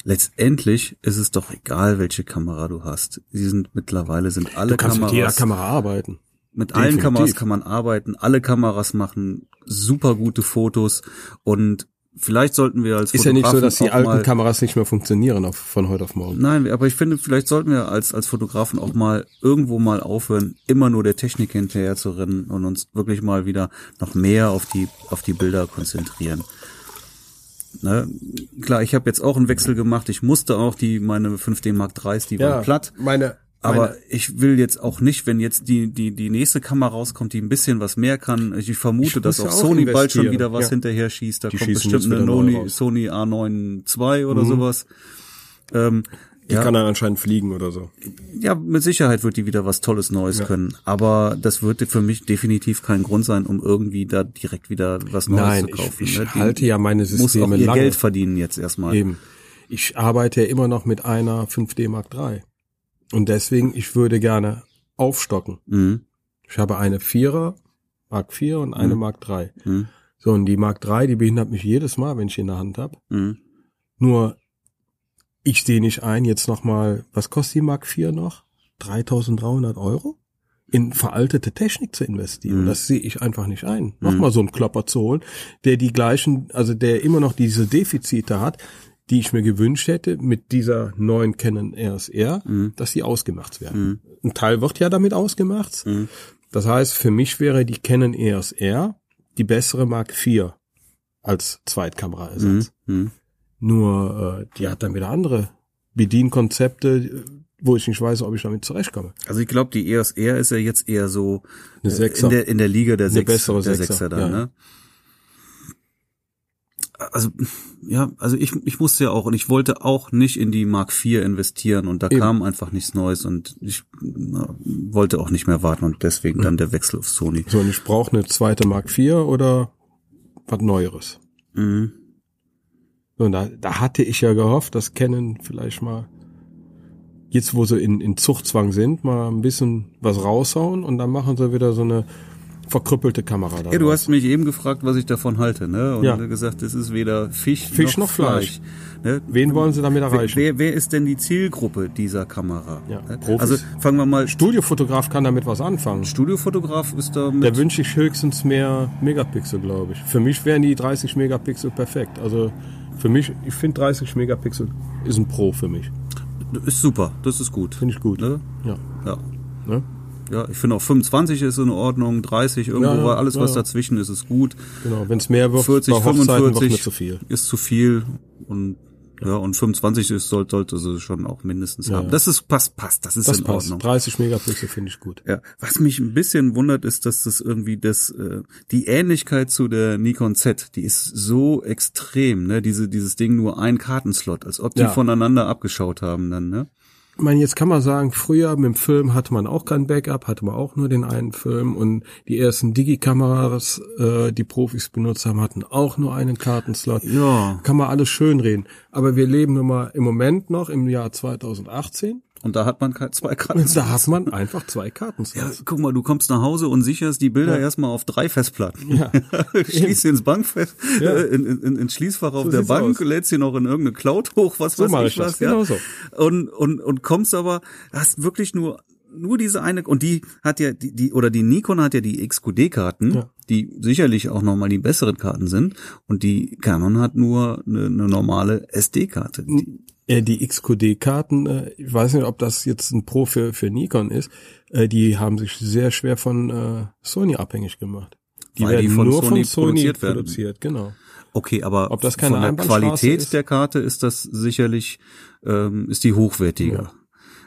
Letztendlich ist es doch egal, welche Kamera du hast. Sie sind mittlerweile sind alle Kameras Kamera arbeiten. mit allen Definitiv. Kameras kann man arbeiten. Alle Kameras machen super gute Fotos und vielleicht sollten wir als Ist ja nicht so, Fotografen dass die auch mal- alten Kameras nicht mehr funktionieren auf, von heute auf morgen. Nein, aber ich finde, vielleicht sollten wir als, als Fotografen auch mal irgendwo mal aufhören, immer nur der Technik hinterher zu rennen und uns wirklich mal wieder noch mehr auf die, auf die Bilder konzentrieren. Ne? Klar, ich habe jetzt auch einen Wechsel gemacht. Ich musste auch die, meine 5D Mark IIIs, die waren platt. Meine, Aber ich will jetzt auch nicht, wenn jetzt die, die, die nächste Kamera rauskommt, die ein bisschen was mehr kann. Ich vermute, Ich dass muss auch ja auch Sony bald schon investieren. wieder was Ja. hinterher schießt. Da Die kommt schießen bestimmt jetzt eine wieder neu Noni, raus. Sony A9 II Mhm. oder sowas. Ähm, die kann dann anscheinend fliegen oder so. ja, mit Sicherheit wird die wieder was Tolles Neues können. Aber das wird für mich definitiv kein Grund sein, um irgendwie da direkt wieder was Neues Nein, zu ich- kaufen. ich ne? Die halte ja meine muss auch Systeme ihr lange. Geld verdienen jetzt erstmal. Eben. Ich arbeite ja immer noch mit einer 5D Mark III. Und deswegen, ich würde gerne aufstocken. Mhm. Ich habe eine Vierer, Mark IV und eine Mark III. Mhm. So, und die Mark III, die behindert mich jedes Mal, wenn ich die in der Hand habe. Mhm. Nur, ich sehe nicht ein, jetzt nochmal, was kostet die Mark IV noch? 3300 Euro? in veraltete Technik zu investieren. Das sehe ich einfach nicht ein. Nochmal so einen Klopper zu holen, der die gleichen, also der immer noch diese Defizite hat, die ich mir gewünscht hätte mit dieser neuen Canon EOS R, Mhm. dass die ausgemacht werden. Ein Teil wird ja damit Mhm. ausgemacht. Das heißt, für mich wäre die Canon EOS R die bessere Mark IV als Zweitkameraersatz. Mhm. Nur äh, die hat dann wieder andere Bedienkonzepte, äh, wo ich nicht weiß, ob ich damit zurechtkomme. Also ich glaube, die EOS R ist ja jetzt eher so Eine äh, Sechser. in der in der Liga der, Sechs, bessere der Sechser, Sechser da, ja. ne? Also ja, also ich ich musste ja auch und ich wollte auch nicht in die Mark IV investieren und da Eben. kam einfach nichts Neues und ich na, wollte auch nicht mehr warten und deswegen dann der Wechsel auf Sony. So, und ich brauche eine zweite Mark IV oder was Neueres. Mhm. So, Und da, da hatte ich ja gehofft, dass Canon vielleicht mal, jetzt wo sie in, in Zuchtzwang sind, mal ein bisschen was raushauen und dann machen sie wieder so eine verkrüppelte Kamera da. Ja, du hast mich eben gefragt, was ich davon halte, ne? Und Ja. gesagt, es ist weder Fisch, Fisch noch, noch Fleisch. Ne? Wen wollen sie damit erreichen? Wer, wer ist denn die Zielgruppe dieser Kamera? Ja, Ne? Profis. also fangen wir mal Studiofotograf kann damit was anfangen. Studiofotograf ist da Da mit, wünsche ich höchstens mehr Megapixel, glaube ich. Für mich wären die 30 Megapixel perfekt. Also für mich, ich finde 30 Megapixel ist ein Pro für mich. ist super, das ist gut. Finde ich gut. Ne? Ja. Ja. Ne? ja, ich finde auch 25 ist in Ordnung, 30 irgendwo, Ja, ja, weil alles ja, was ja. dazwischen ist, ist gut. Genau. Wenn es mehr wird, 40, bei Hochzeiten wird mir 45 zu viel. ist zu viel und ja, und 25 ist, soll, sollte sie schon auch mindestens haben. ja. Das ist passt, passt, das ist Das in passt. Ordnung. 30 Megapixel finde ich gut. Ja, was mich ein bisschen wundert, ist, dass das irgendwie das äh, die Ähnlichkeit zu der Nikon Z, die ist so extrem, ne? Diese dieses Ding nur ein Kartenslot, als ob die Ja. voneinander abgeschaut haben dann, ne? Ich meine, jetzt kann man sagen, früher mit dem Film hatte man auch kein Backup, hatte man auch nur den einen Film und die ersten Digikameras, äh, die Profis benutzt haben, hatten auch nur einen Kartenslot. Ja. Kann man alles schönreden. Aber wir leben nun mal im Moment noch im Jahr 2018 Und da hat man ke- zwei Kartenslots. und da hat man einfach zwei Kartenslots. Guck mal, du kommst nach Hause und sicherst die Bilder erstmal auf drei Festplatten. Ja. Schließt sie ins Bankfest, äh, in, in, in, ins Schließfach auf So der sieht's Bank, aus. lädst sie noch in irgendeine Cloud hoch, was So mach weiß ich ich was. das, genau so. Und, und, und kommst aber, hast wirklich nur, nur diese eine, und die hat ja, die, die oder die Nikon hat ja die XQD-Karten, Ja. die sicherlich auch nochmal die besseren Karten sind. Und die Canon hat nur eine, eine normale SD-Karte. Äh, die XQD-Karten, äh, ich weiß nicht, ob das jetzt ein Pro für, für Nikon ist, äh, die haben sich sehr schwer von äh, Sony abhängig gemacht. Die Weil die werden von nur von Sony Sony produziert produziert, werden. genau. Okay, aber Ob das keine von der Einbahnstraße Qualität ist? der Karte ist das sicherlich, ähm, ist die hochwertiger.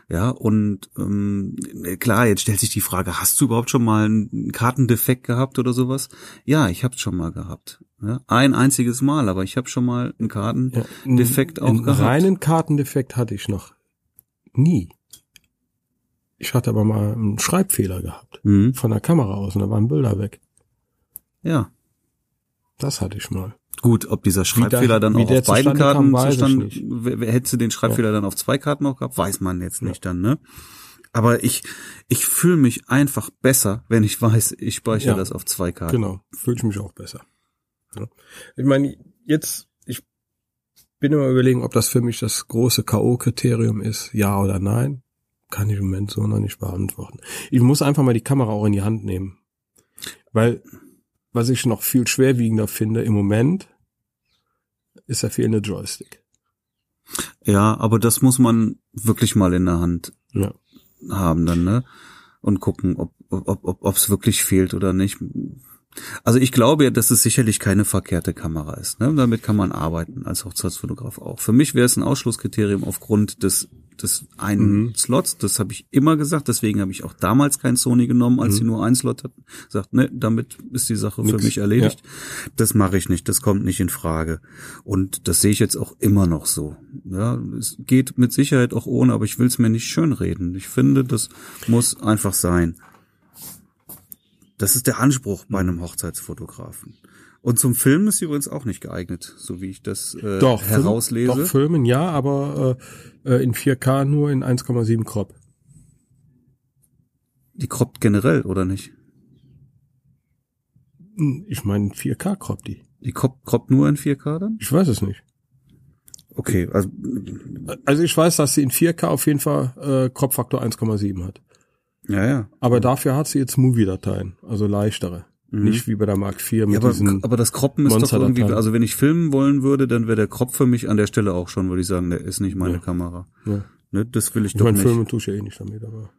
Ja, und ähm, klar, jetzt stellt sich die Frage, hast du überhaupt schon mal einen Kartendefekt gehabt oder sowas? Ja, ich habe schon mal gehabt. Ja, ein einziges Mal, aber ich habe schon mal Einen- einen Kartendefekt auch einen gehabt. reinen Kartendefekt hatte ich noch nie. Ich hatte aber mal einen Schreibfehler gehabt. Mhm. Von der Kamera aus und da waren Bilder weg. Ja, Das hatte ich mal. gut, ob dieser Schreibfehler der- dann wie auch der auf beiden zustande kam, Karten weiß ich zustande, nicht. w- w- hättest du den Schreibfehler dann auf zwei Karten auch gehabt, weiß man jetzt nicht dann, ne? Aber ich, ich fühle mich einfach besser, wenn ich weiß, ich speichere Ja. das auf zwei Karten. Genau, fühle ich mich auch besser. Ja. Ich meine, jetzt, ich bin immer überlegen, ob das für mich das große K.O.-Kriterium ist, ja oder nein. Kann ich im Moment so noch nicht beantworten. Ich muss einfach mal die Kamera auch in die Hand nehmen. Weil, was ich noch viel schwerwiegender finde im Moment, ist der fehlende Joystick. Ja, aber das muss man wirklich mal in der Hand Ja. haben dann, ne? Und gucken, ob ob ob, ob, ob's wirklich fehlt oder nicht. Also ich glaube ja, dass es sicherlich keine verkehrte Kamera ist. Ne? Damit kann man arbeiten als Hochzeitsfotograf auch. Für mich wäre es ein Ausschlusskriterium aufgrund des des einen Mhm. Slots. Das habe ich immer gesagt. Deswegen habe ich auch damals kein Sony genommen, Mhm. als sie nur einen Slot hatten. Sagt, ne, damit ist die Sache für Nix. mich erledigt. Das mache ich nicht. Das kommt nicht in Frage. Und das sehe ich jetzt auch immer noch so. Ja, es geht mit Sicherheit auch ohne, aber ich will es mir nicht schönreden. Ich finde, das muss einfach sein. Das ist der Anspruch bei einem Hochzeitsfotografen. Und zum Filmen ist sie übrigens auch nicht geeignet, so wie ich das äh, Doch, Film- herauslese. Doch, Filmen, ja, aber äh, äh, in 4K nur in 1,7 Crop. Die kroppt generell, oder nicht? Hm, Ich meine, 4K Crop die. Die kroppt, kroppt nur in 4K dann? Ich weiß es nicht. Okay, also Also ich weiß, dass sie in 4K auf jeden Fall äh, Crop-Faktor 1,7 hat. Ja, ja. Aber dafür hat sie jetzt Movie-Dateien, also leichtere. Nicht wie bei der Mark IV Mhm. Ja, mit aber, diesen. aber das Kroppen ist doch irgendwie, Monsterdateien. also wenn ich filmen wollen würde, dann wäre der Kropf für mich an der Stelle auch schon, würde ich sagen, der ist nicht meine Ja. Kamera. ja. Ne, das will ich, Ich doch meine, nicht. Filme tue ich ja eh nicht damit, aber.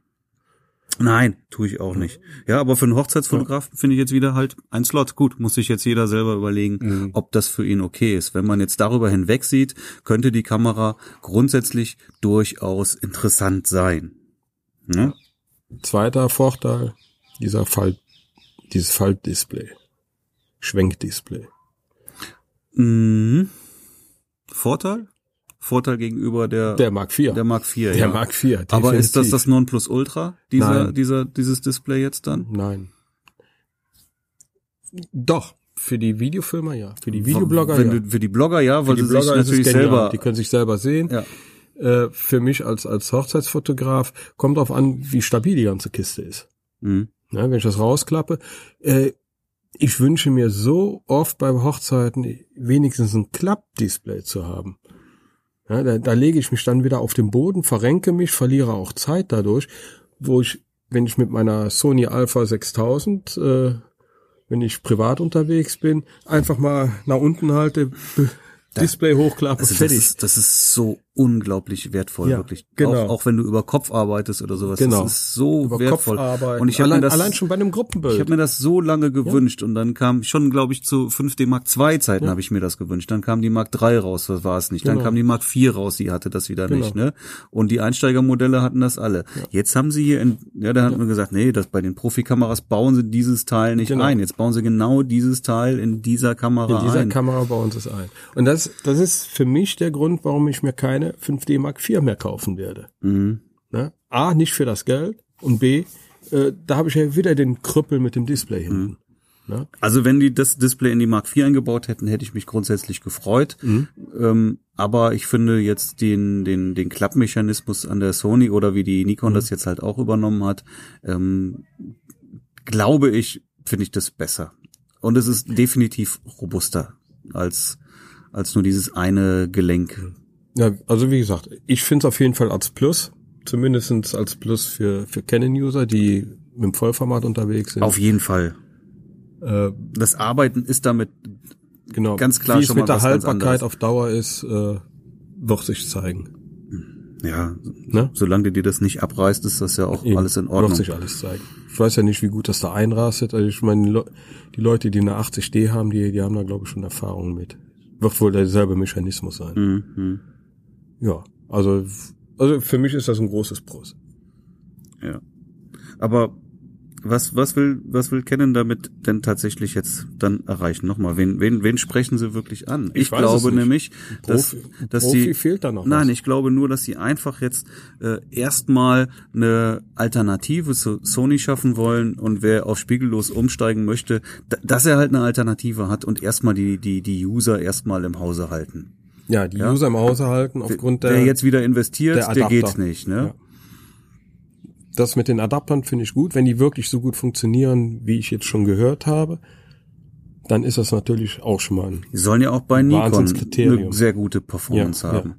Nein, tue ich auch nicht. Ja, aber für einen Hochzeitsfotografen finde ich jetzt wieder halt ein Slot. Gut, muss sich jetzt jeder selber überlegen, Mhm. ob das für ihn okay ist. Wenn man jetzt darüber hinweg sieht, könnte die Kamera grundsätzlich durchaus interessant sein. Ne? Zweiter Vorteil, dieser Fall, dieses Faltdisplay. Schwenkdisplay. Mhm. Vorteil? Vorteil gegenüber der, Der Mark IV. der Mark IV. Der ja. Mark IV. aber definitiv. ist das das Nonplusultra, dieser, Nein. dieser, dieses Display jetzt dann? Nein. Doch. Für die Videofilmer ja. Für die Videoblogger Wenn ja. du- Für die Blogger ja, Für weil die sie sich Blogger ist es natürlich genial. selber. Die können sich selber sehen. Ja. Äh, für mich als, als Hochzeitsfotograf kommt drauf an, wie stabil die ganze Kiste ist. Mhm. Ne, wenn ich das rausklappe. Äh, ich wünsche mir so oft bei Hochzeiten wenigstens ein Klappdisplay zu haben. Ja, da, da lege ich mich dann wieder auf den Boden, verrenke mich, verliere auch Zeit dadurch, wo ich, wenn ich mit meiner Sony Alpha 6000, äh, wenn ich privat unterwegs bin, einfach mal nach unten halte, B- Display hochklappe, Also das fertig. ist, das ist so unglaublich wertvoll, Ja, wirklich. genau. Auch, auch wenn du über Kopf arbeitest oder sowas. Genau. Das ist so Über wertvoll. Kopfarbeit. Und ich habe allein, mir das, allein schon bei einem ich Gruppenbild. habe mir das so lange gewünscht und dann kam schon, glaube ich, zu 5D Mark II Zeiten habe ich mir das gewünscht. Dann kam die Mark III raus, das war es nicht. Dann Genau. kam die Mark IV raus, die hatte das wieder Genau. nicht. Ne? Und die Einsteigermodelle hatten das alle. Jetzt haben sie hier, in, ja, da hat man gesagt, nee, das bei den Profikameras bauen sie dieses Teil nicht Genau. ein. Jetzt bauen sie genau dieses Teil in dieser Kamera In dieser ein. Kamera bei uns ist ein. Und das, das ist für mich der Grund, warum ich mir keine 5D Mark IV mehr kaufen werde. mhm. Ne? A, nicht für das Geld und B, äh, da habe ich ja wieder den Krüppel mit dem Display Mhm. hinten. Ne? Also wenn die das Display in die Mark IV eingebaut hätten, hätte ich mich grundsätzlich gefreut. Mhm. Ähm, aber ich finde jetzt den, den, den Klappmechanismus an der Sony oder wie die Nikon Mhm. das jetzt halt auch übernommen hat, ähm, glaube ich, finde ich das besser. Und es ist definitiv robuster als, als nur dieses eine Gelenk. Ja, also wie gesagt, ich finde es auf jeden Fall als Plus, zumindestens als Plus für, für Canon-User, die mit dem Vollformat unterwegs sind. Auf jeden Fall. äh, Das Arbeiten ist damit, genau. ganz klar Wie es schon mit mal der was ganz Haltbarkeit anderes. auf Dauer ist, äh, wird sich zeigen. ja, Ne? solange dir das nicht abreißt, ist das ja auch Eben. alles in Wird Ordnung. sich alles zeigen. Ich weiß ja nicht, wie gut das da einrastet. Also ich meine, Le- die Leute, die eine 80D haben, die, die haben da glaube ich schon Erfahrungen mit. Wird wohl derselbe Mechanismus sein. Mhm. Ja, also, also für mich ist das ein großes Plus. Ja. Aber was, was will, was will Canon damit denn tatsächlich jetzt dann erreichen? Nochmal, wen, wen, wen sprechen sie wirklich an? Ich Ich, weiß es glaube nicht. nämlich, dass, Profi, dass Profi sie, fehlt da noch. nein, was. ich glaube nur, dass sie einfach jetzt äh, erstmal eine Alternative zu Sony schaffen wollen und wer auf spiegellos umsteigen möchte, da, dass er halt eine Alternative hat und erstmal die, die, die User erstmal im Hause halten. Ja, die ja. User im Hause halten aufgrund der, Wer jetzt wieder investiert, der der, Adapter. geht's nicht, ne? das mit den Adaptern finde ich gut. Wenn die wirklich so gut funktionieren, wie ich jetzt schon gehört habe, dann ist das natürlich auch schon mal ein Die sollen ja auch bei Nikon Wahnsinnskriterium. eine sehr gute Performance Ja, ja. haben.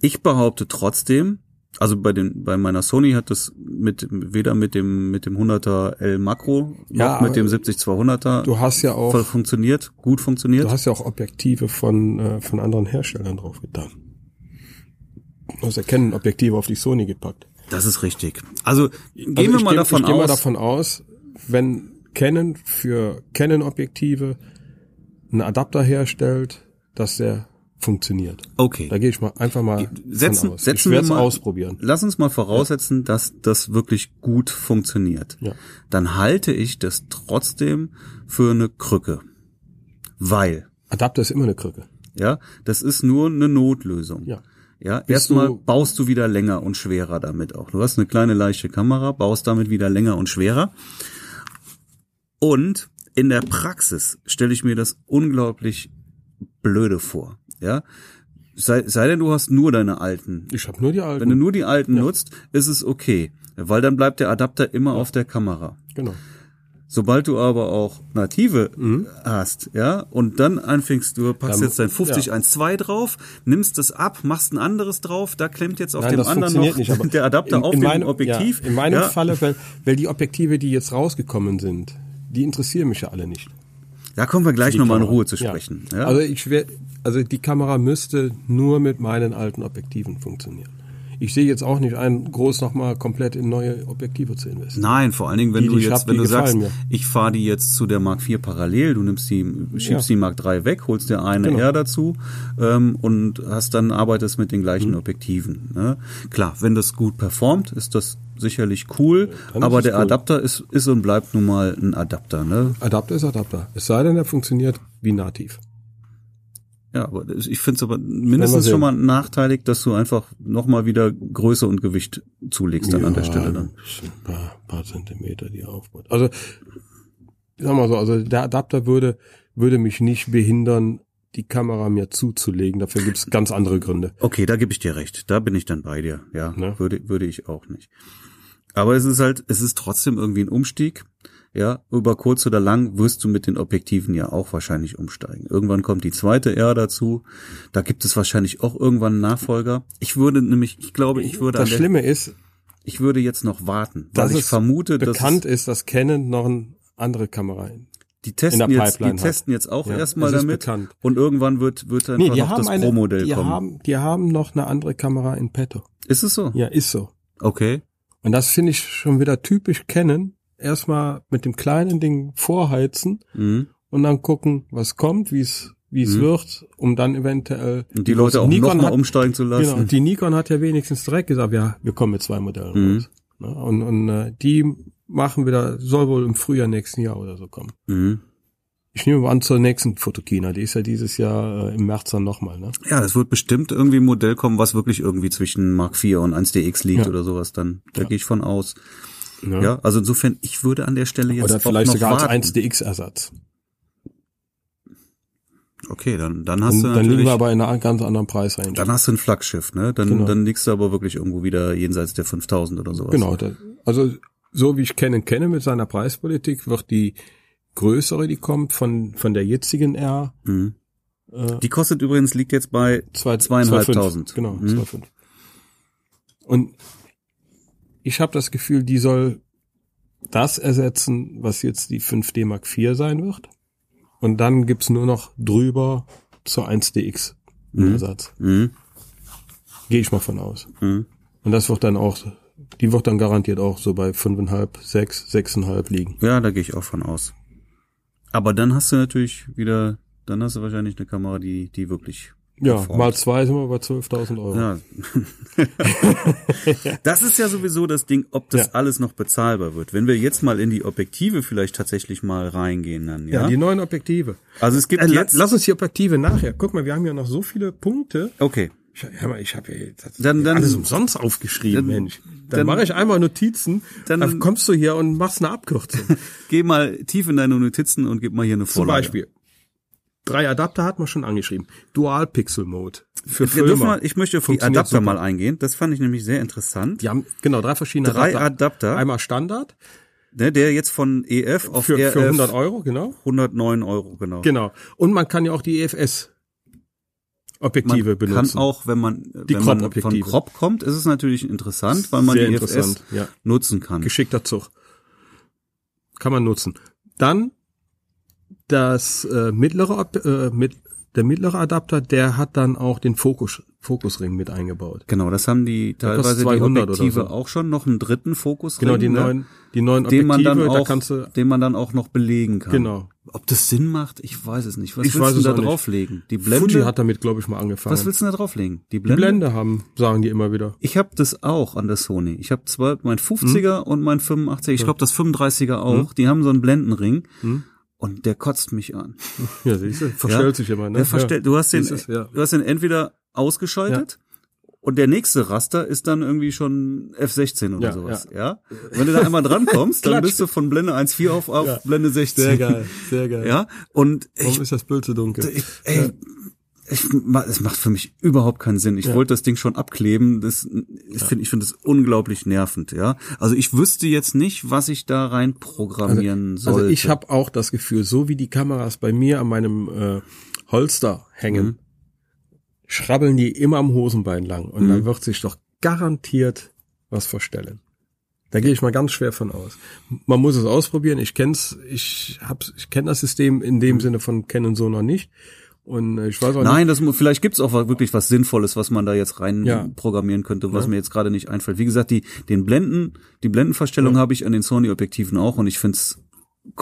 Ich behaupte trotzdem, also bei den bei meiner Sony hat das mit weder mit dem mit dem 100er L Makro Ja, noch aber mit dem 70 200er Du hast ja auch voll funktioniert, gut funktioniert. Du hast ja auch Objektive von, äh, von anderen Herstellern drauf getan. Du hast ja Canon Objektive auf die Sony gepackt. Das ist richtig. Also gehen Also wir ich mal geh- davon ich geh mal aus. davon aus, wenn Canon für Canon Objektive einen Adapter herstellt, dass der funktioniert. okay. Da gehe ich mal einfach mal Setzen- von aus. setzen ich werde wir es mal- ausprobieren. Lass uns mal voraussetzen, dass das wirklich gut funktioniert. Ja. Dann halte ich das trotzdem für eine Krücke. Weil, Adapter ist immer eine Krücke. ja, das ist nur eine Notlösung. Ja. Ja, Bist erstmal du- baust du wieder länger und schwerer damit auch. Du hast eine kleine leichte Kamera, baust damit wieder länger und schwerer. Und in der Praxis stelle ich mir das unglaublich blöde vor. Ja, sei, sei denn du hast nur deine alten. Ich habe nur die alten. Wenn du nur die alten nutzt, ist es okay, weil dann bleibt der Adapter immer auf der Kamera. genau. Sobald du aber auch native äh, Mhm. hast, ja, und dann anfängst du, packst Dann- jetzt dein 50 ja. 1 2 drauf, nimmst es ab, machst ein anderes drauf, da klemmt jetzt auf Nein, dem das anderen funktioniert noch nicht. Aber der Adapter in, auf in dem meinem, Objektiv. Ja, in meinem ja, Falle, weil, weil die Objektive, die jetzt rausgekommen sind, die interessieren mich ja alle nicht. Da kommen wir gleich Die nochmal in Kamera. Ruhe zu sprechen. Ja. Also ich wär, also die Kamera müsste nur mit meinen alten Objektiven funktionieren. Ich sehe jetzt auch nicht ein, groß nochmal komplett in neue Objektive zu investieren. Nein, vor allen Dingen, wenn Die, du die ich jetzt, hab, wenn die du sagst, gefallen ich fahre die jetzt zu der Mark IV parallel, du nimmst die, schiebst Ja. die Mark III weg, holst dir eine Genau. R dazu ähm, und hast dann arbeitest mit den gleichen Mhm. Objektiven. Ne? Klar, wenn das gut performt, ist das sicherlich cool, dann aber ist es der cool. Adapter ist, ist und bleibt nun mal ein Adapter. Ne? Adapter ist Adapter. Es sei denn, er funktioniert wie nativ. Ja, aber ich finde es aber mindestens sehen. schon mal nachteilig, dass du einfach nochmal wieder Größe und Gewicht zulegst dann an der Stelle dann. Ein paar, paar Zentimeter, die er aufbaut. Also, ich sag mal so, also der Adapter würde, würde mich nicht behindern, die Kamera mir zuzulegen. Dafür gibt's ganz andere Gründe. Okay, da gebe ich dir recht. Da bin ich dann bei dir. Ja, Ne? würde, würde ich auch nicht. Aber es ist halt, es ist trotzdem irgendwie ein Umstieg. Ja, über kurz oder lang wirst du mit den Objektiven ja auch wahrscheinlich umsteigen. Irgendwann kommt die zweite R dazu. Da gibt es wahrscheinlich auch irgendwann einen Nachfolger. Ich würde nämlich, ich glaube, ich würde, an Das der- Schlimme ist, ich würde jetzt noch warten, dass weil ich es vermute, dass bekannt ist, dass Canon noch eine andere Kamera in. die in testen der jetzt, die Pipeline hat. testen jetzt auch Ja, erstmal es ist damit bekannt. und irgendwann wird wird einfach Nee, die noch haben das eine, Pro-Modell die kommen. haben, die haben noch eine andere Kamera in petto. ist es so? Ja, ist so. Okay. Und das finde ich schon wieder typisch Canon. Erstmal mit dem kleinen Ding vorheizen Mhm. und dann gucken, was kommt, wie es wie es Mhm. wird, um dann eventuell Und die Leute auch Nikon nochmal hat- umsteigen zu lassen. Genau, die Nikon hat ja wenigstens direkt gesagt, ja, wir kommen mit zwei Modellen Mhm. raus. Ne? Und, und äh, die machen wieder, soll wohl im Frühjahr nächsten Jahr oder so kommen. Mhm. Ich nehme mal an zur nächsten Fotokina, die ist ja dieses Jahr äh, im März dann nochmal, ne? Ja, das wird bestimmt irgendwie ein Modell kommen, was wirklich irgendwie zwischen Mark IV und 1DX liegt Ja. oder sowas dann. Da Ja. gehe ich von aus. Ja. also insofern, ich würde an der Stelle jetzt Oder auch vielleicht noch sogar als warten. 1DX-Ersatz. Okay, dann dann hast Und du dann liegen wir natürlich aber in einer ganz anderen Preisrange. dann hast du ein Flaggschiff, ne? Dann Genau. dann liegst du aber wirklich irgendwo wieder jenseits der 5000 oder sowas. Genau, da- also so wie ich Canon kenne mit seiner Preispolitik, wird die größere, die kommt von, von der jetzigen R, Mhm. äh, Die kostet übrigens liegt jetzt bei zwei, zweieinhalbtausend. 2.500. Genau, Mhm. 2,5. Und ich habe das Gefühl, die soll das ersetzen, was jetzt die 5D Mark IV sein wird. Und dann gibt's nur noch drüber zur 1DX einen Ersatz. mhm. Gehe ich mal von aus. Mhm. Und das wird dann auch, die wird dann garantiert auch so bei 5,5, 6, 6,5 liegen. Ja, da gehe ich auch von aus. Aber dann hast du natürlich wieder dann hast du wahrscheinlich eine Kamera, die die wirklich Ja, performt. mal zwei sind wir bei 12.000 Euro. Ja. das ist ja sowieso das Ding, ob das Ja. alles noch bezahlbar wird. Wenn wir jetzt mal in die Objektive vielleicht tatsächlich mal reingehen, dann ja. neuen Objektive. also es gibt Äh, la- jetzt. lass uns die Objektive nachher. Guck mal, wir haben ja noch so viele Punkte. okay. Ich, hör mal, ich habe ja jetzt das Dann- dann- alles umsonst aufgeschrieben, dann- Mensch. Dann, dann- mache ich einmal Notizen, dann- dann, kommst du hier und machst eine Abkürzung. Geh mal tief in deine Notizen und gib mal hier eine Zum Vorlage. Beispiel. Drei Adapter hat man schon angeschrieben. Dual Pixel Mode für Wir dürfen Filmer. mal, ich möchte auf die Funktioniert Adapter super. mal eingehen. Das fand ich nämlich sehr interessant. Die haben genau drei verschiedene Drei Adapter. Einmal Standard Ne, der jetzt von EF auf E für, RF für 100 Euro, genau. 109 Euro, genau. Genau. Und man kann ja auch die EFS Man Objektive benutzen. kann auch, wenn man, Die wenn man von Crop-Objektive. Crop kommt, ist es natürlich interessant, weil man Sehr die EFS interessant, ja. nutzen kann. geschickter Zug. Kann man nutzen. Dann das äh, mittlere Ob- äh, mit, der mittlere Adapter, der hat dann auch den Fokus Fokusring mit eingebaut. Genau, das haben die kostet teilweise die 200 oder Objektive so. auch schon noch einen dritten Fokusring, Genau, die ne? neuen die neuen den man dann Objektive, da auch, kannst du den man dann auch noch belegen kann. genau. Ob das Sinn macht, ich weiß es nicht. Was Ich weiß willst du es da auch nicht. drauflegen? Die Fuji Blende. hat damit glaube ich mal angefangen. was willst du da drauflegen? Die die Blende. Blende haben sagen die immer wieder. Ich habe das auch an der Sony. Ich habe zwei, mein 50er Hm? und mein 85er. Ich glaube, das 35er auch. Die haben so einen Blendenring. Hm? Und der kotzt mich an. Ja, siehst du, verstellt sich immer, ne? Der verstellt, du hast den, Siehst du's? ja. du hast den entweder ausgeschaltet und der nächste Raster ist dann irgendwie schon F16 oder Ja, sowas, ja. Wenn du da einmal dran kommst, dann Klatsch. bist du von Blende 1.4 auf, auf Ja. Blende 16. Sehr geil, sehr geil. Ja, und Warum ich, ist das Bild so dunkel? ich ey, ich, ma- es macht für mich überhaupt keinen Sinn. Ich Ja. wollte das Ding schon abkleben. Das, ich finde, ich finde das unglaublich nervend, ja. Also ich wüsste jetzt nicht, was ich da rein programmieren sollte. Also ich habe auch das Gefühl, so wie die Kameras bei mir an meinem äh, Holster hängen, Mhm. schrabbeln die immer am Hosenbein lang und Mhm. dann wird sich doch garantiert was verstellen. Da gehe ich mal ganz schwer von aus. Man muss es ausprobieren. Ich kenn's, ich hab's, ich kenne das System in dem Sinne von kennen so noch nicht. Und äh, ich weiß auch nicht, Mhm. Nein, das, mu- vielleicht gibt's auch wa- wirklich was Sinnvolles, was man da jetzt rein Ja. programmieren könnte, was Ja. mir jetzt gerade nicht einfällt. Wie gesagt, die, den Blenden, die Blendenverstellung habe ich an den Sony-Objektiven auch und ich find's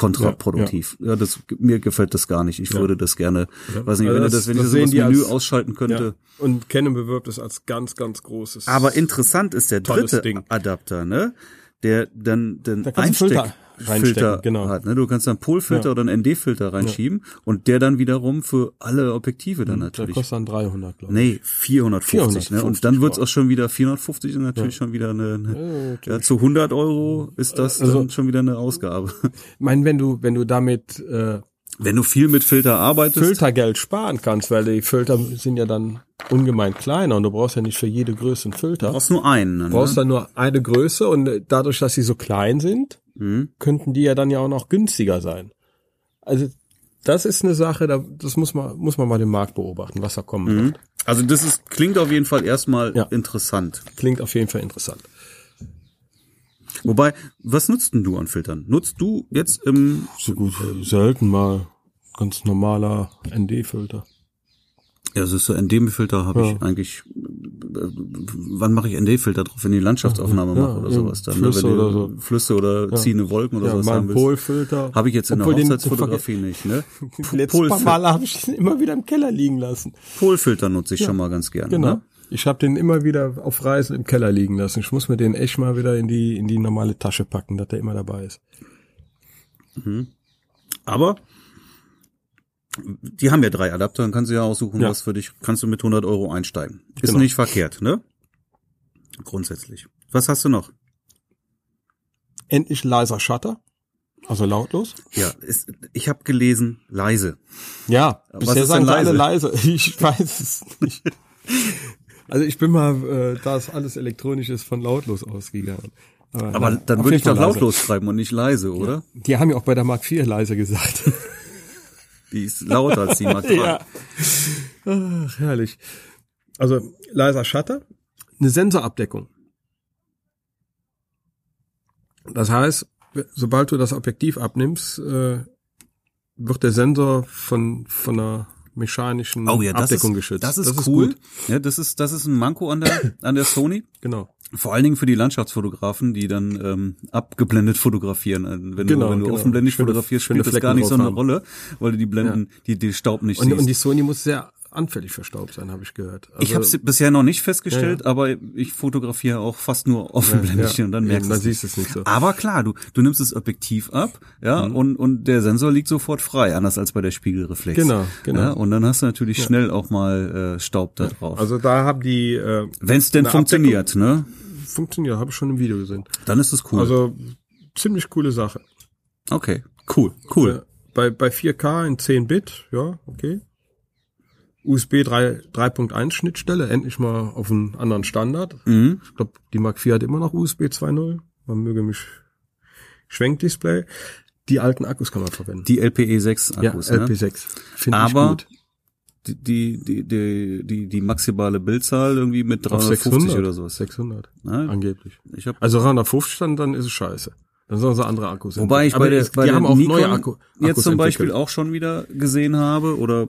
kontraproduktiv. Ja, das, mir gefällt das gar nicht. Ich würde das gerne, weiß nicht, Also wenn, das- das, das, wenn das ich das sehen die im Menü als- ausschalten könnte. ja. Und Canon bewirbt es als ganz, ganz großes. Aber interessant ist der Tolles dritte Ding. Adapter, ne? Der dann den Da kannst du Filter Einsteckfilter reinstecken, genau. hat. Ne? Du kannst dann Polfilter Ja. oder einen ND-Filter reinschieben und der dann wiederum für alle Objektive dann Mhm. da natürlich. kostet dann 300, glaube ich. Nee, 450, ne? Und dann wird's auch schon wieder 450 ist natürlich schon wieder eine, eine ja, zu 100 Euro ist das Also dann schon wieder eine Ausgabe. Ich meine, wenn du, wenn du damit äh, Wenn du viel mit Filter arbeitest, Filtergeld sparen kannst, weil die Filter sind ja dann ungemein kleiner und du brauchst ja nicht für jede Größe einen Filter. Du brauchst nur einen. Ne? brauchst dann nur eine Größe und äh, dadurch, dass sie so klein sind, Mhm. könnten die ja dann ja auch noch günstiger sein. Also das ist eine Sache, da, das muss man, muss man mal den Markt beobachten, was da kommen wird. also das ist, klingt auf jeden Fall erstmal Ja. interessant. Klingt auf jeden Fall interessant. Wobei, was nutzt denn du an Filtern? Nutzt du jetzt im, So gut, selten mal ganz normaler ND-Filter. ja, es ist so ND-Filter habe ich eigentlich, äh, wann mache ich ND-Filter drauf, wenn du die Landschaftsaufnahme Ja, machst oder ja, sowas dann, Flüsse ne? wenn du oder so. Flüsse oder ziehende Wolken oder Ja, sowas mal haben ein willst. Polfilter. Habe ich jetzt in Obwohl der den- Hochzeitsfotografie nicht, ne? Die letzten paar Male habe ich den immer wieder im Keller liegen lassen. Polfilter nutze ich schon mal ganz gerne. Genau. Ne? Ich habe den immer wieder auf Reisen im Keller liegen lassen. Ich muss mir den echt mal wieder in die in die normale Tasche packen, dass der immer dabei ist. Aber die haben ja drei Adapter, dann kannst du ja aussuchen, Ja. was für dich, kannst du mit 100 Euro einsteigen. Ist Genau. nicht verkehrt, ne? Grundsätzlich. Was hast du noch? Endlich leiser Shutter, also lautlos. Ja, ist, ich habe gelesen, leise. Ja, Was bisher ist sagen denn sie alle leise. Ich weiß es nicht. Also ich bin mal, äh, da es alles elektronisch ist, von lautlos ausgegangen. Aber nein, dann auf jeden würde ich doch Fall leise. lautlos schreiben und nicht leise, oder? Die haben ja auch bei der Mark IV leise gesagt. Die ist lauter als die Mark III. ja. Ach, herrlich. Also leiser Shutter, eine Sensorabdeckung. Das heißt, sobald du das Objektiv abnimmst, äh, wird der Sensor von von einer mechanischen Oh ja, das Abdeckung ist, geschützt. Das ist cool. gut. ja, das ist das ist ein Manko an der an der Sony. Genau. Vor allen Dingen für die Landschaftsfotografen, die dann ähm, abgeblendet fotografieren. Also Wenn Genau, du wenn du genau. offenblendig Schöne- fotografierst, schöne spielt das gar Flecken nicht so eine drauf haben. Rolle, weil du die Blenden, die den Staub nicht Und, siehst. und die Sony muss sehr anfällig für Staub sein, habe ich gehört. Also, ich habe es bisher noch nicht festgestellt, aber ich fotografiere auch fast nur offenblendig und dann eben, merkst du dann es. nicht. siehst du es nicht so. Mhm. Aber klar, du, du nimmst das Objektiv ab, ja, und, und der Sensor liegt sofort frei, anders als bei der Spiegelreflex. Genau, genau. Ja, und dann hast du natürlich schnell auch mal äh, Staub da drauf. Also da haben die äh, Wenn es denn eine funktioniert, ne? funktioniert, habe ich schon im Video gesehen. Dann ist es cool. Also ziemlich coole Sache. okay, cool, Äh, cool. bei, bei 4K in 10 Bit, ja, okay. USB 3 3.1 Schnittstelle, endlich mal auf einen anderen Standard. Mhm. Ich glaube, die Mark IV hat immer noch USB 2.0. Man möge mich Schwenkdisplay. Die alten Akkus kann man verwenden. Die LPE6-Akkus, ja, E. ne? LP6. Finde Aber ich gut. Die, die, die, die, die, die maximale Bildzahl irgendwie mit Auf 350 oder sowas. 600, Ne? angeblich. Ich hab, Also 350 dann, dann ist es scheiße. Dann sollen sie andere Akkus Wobei ich entwickeln. bei der, es- bei die der haben auch Nikon neue Akku, Akkus jetzt zum Beispiel entwickelt. auch schon wieder gesehen habe oder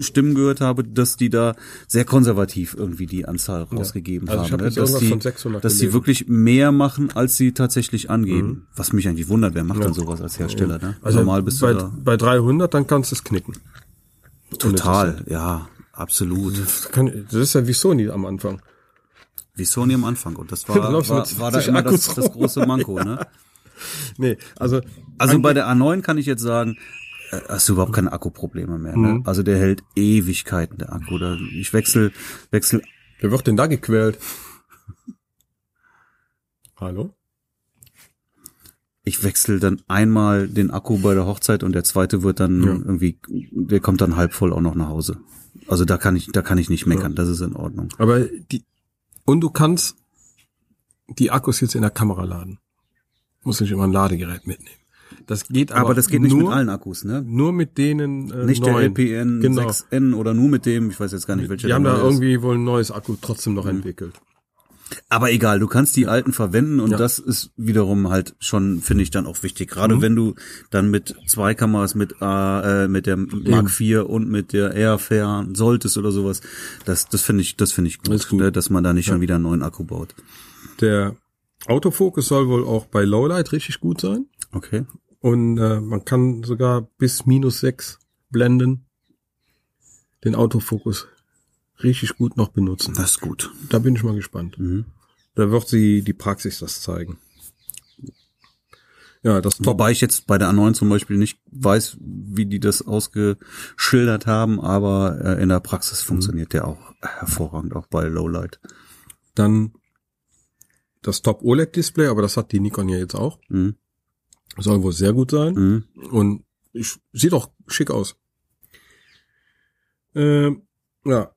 Stimmen gehört habe, dass die da sehr konservativ irgendwie die Anzahl rausgegeben Also ich haben. hab ne? jetzt dass irgendwas die, von 600 dass die gelesen. Mhm. wirklich mehr machen, als sie tatsächlich angeben. Was mich eigentlich wundert, wer macht dann sowas als Hersteller? Ne? also Normal bist bei, du da bei 300, dann kannst du es knicken. total, ja, absolut. Das Kann, das ist ja wie Sony am Anfang. Wie Sony am Anfang und das war, Du war, läufst mit war da 20 immer das, Akkus das rum. große Manko. Ne? Nee, also, Also bei der A9 kann ich jetzt sagen, äh, hast du überhaupt keine Akkuprobleme mehr. Mhm. Ne? Also der hält Ewigkeiten, der Akku. Da- Ich wechsel, wechsel. wer wird denn da gequält? Hallo? ich wechsle dann einmal den Akku bei der Hochzeit und der zweite wird dann Ja. irgendwie, der kommt dann halb voll auch noch nach Hause. Also da kann ich, da kann ich nicht meckern, das ist in Ordnung. Aber die, und du kannst die Akkus jetzt in der Kamera laden. Muss nicht immer ein Ladegerät mitnehmen. Das geht aber, Aber, das geht nicht nur, mit allen Akkus, ne? Nur mit denen äh, Nicht neuen. der E LPN genau. 6N oder nur mit dem, ich weiß jetzt gar nicht, welcher Die haben der da neue ist. irgendwie wohl ein neues Akku trotzdem Mhm. noch entwickelt. Aber egal, du kannst die alten verwenden und Ja. das ist wiederum halt schon, finde ich, dann auch wichtig. Gerade wenn du dann mit zwei Kameras, mit, äh, äh, mit der Mark IV und mit der Air fahren solltest oder sowas, das, das finde ich, das finde ich gut, Ist gut. Ne, dass man da nicht schon wieder einen neuen Akku baut. Der Autofokus soll wohl auch bei Lowlight richtig gut sein. Okay. Und äh, man kann sogar bis minus sechs blenden. Den Autofokus richtig gut noch benutzen. Das ist gut. Da bin ich mal gespannt. Mhm. Da wird sie die Praxis das zeigen. Ja, das Top. Wobei ich jetzt bei der A9 zum Beispiel nicht weiß, wie die das ausgeschildert haben, aber äh, in der Praxis funktioniert der auch hervorragend, auch bei Lowlight. Dann das Top OLED Display, aber das hat die Nikon ja jetzt auch. Mhm. Soll wohl sehr gut sein. Mhm. Und ich, sieht auch schick aus. Ähm, ja,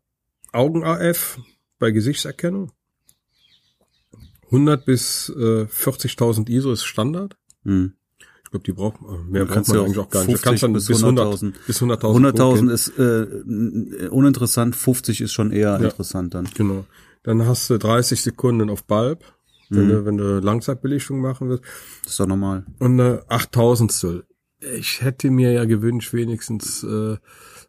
Augen AF bei Gesichtserkennung. 100 bis äh, 40.000 ISO ist Standard. Mhm. Ich glaube, die braucht man, mehr braucht kannst man ja auch eigentlich auch gar nicht. Du 50 kannst dann bis bis 100.000 100.000. bis 100.000 hochgehen. 100.000 ist äh, n- uninteressant, 50 ist schon eher interessant dann. Genau. Dann hast du 30 Sekunden auf Bulb, Mhm. wenn, du, wenn du Langzeitbelichtung machen willst. Das ist doch normal. Und eine 8000stel. Ich hätte mir ja gewünscht, wenigstens äh,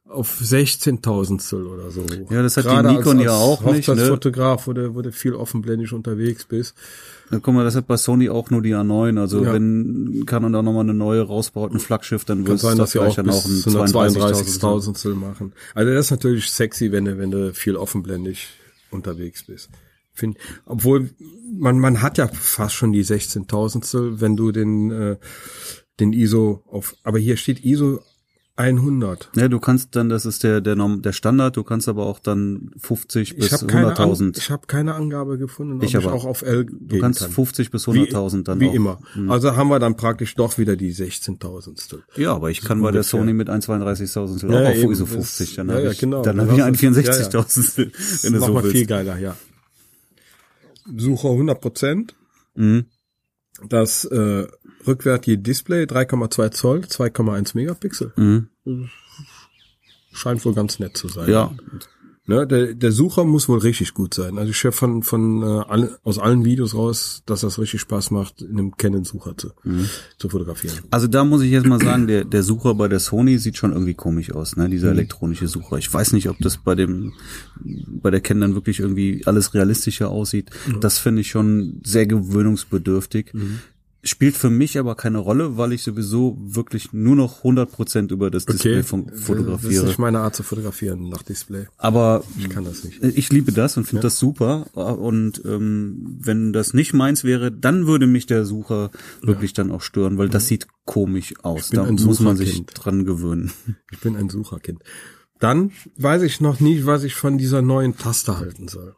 auf 16.000stel oder so. Ja, das hat die Nikon ja auch nicht, ne? Als Fotograf, wo du, wo du viel offenblendig unterwegs bist. Na, guck mal, das hat bei Sony auch nur die A9. Also Ja. wenn Canon da nochmal eine neue rausbaut, ein Flaggschiff, dann Kann wirst sein, du dass sie auch vielleicht dann auch ein bis zu einer 32.000. 32.000stel machen. Also das ist natürlich sexy, wenn du, wenn du viel offenblendig unterwegs bist. Find, obwohl man man hat ja fast schon die 16.000stel, wenn du den äh, den ISO auf. Aber hier steht ISO 100. Ja, du kannst dann, das ist der, der, Norm- der Standard, du kannst aber auch dann 50 Ich bis habe keine, An- 100.000. ich hab keine Angabe gefunden, ob ich, Ich aber. auch auf L gehen Du kannst kann. 50 bis Wie- 100.000 dann Wie auch. Mhm. immer. Also haben wir dann praktisch doch wieder die 16.000. Ja, aber ich kann bei der ungefähr. Sony mit 1,32.000 Ja, auch auf eben, ISO das- 50. Dann ja, habe ja, ich, genau. dann Dann hab ich hast du- ja, ja. 1,64.000, wenn du so Nochmal viel willst. geiler, ja. Suche 100 Prozent. Mhm. Das äh, rückwärtige Display 3,2 Zoll, 2,1 Megapixel. Mhm. Scheint wohl ganz nett zu sein. Ja, Ne, der, der Sucher muss wohl richtig gut sein. Also ich höre von, von äh, alle, aus allen Videos raus, dass das richtig Spaß macht, in einem Canon-Sucher zu, Mhm. zu fotografieren. Also da muss ich jetzt mal sagen, der, der Sucher bei der Sony sieht schon irgendwie komisch aus, ne? Dieser elektronische Sucher. Ich weiß nicht, ob das bei dem, bei der Canon dann wirklich irgendwie alles realistischer aussieht. Das finde ich schon sehr gewöhnungsbedürftig. Spielt für mich aber keine Rolle, weil ich sowieso wirklich nur noch 100% über das Display fun- Das ist fotografiere. Hm. nicht meine Art zu fotografieren nach Display. Aber Ich kann das nicht. ich liebe das und finde das super. Und ähm, wenn das nicht meins wäre, dann würde mich der Sucher wirklich dann auch stören, weil das sieht komisch aus. Mhm. bin Da ein muss man sich Sucherkind. dran gewöhnen. Ich bin ein Sucherkind. Dann weiß ich noch nicht, was ich von dieser neuen Taste halten soll.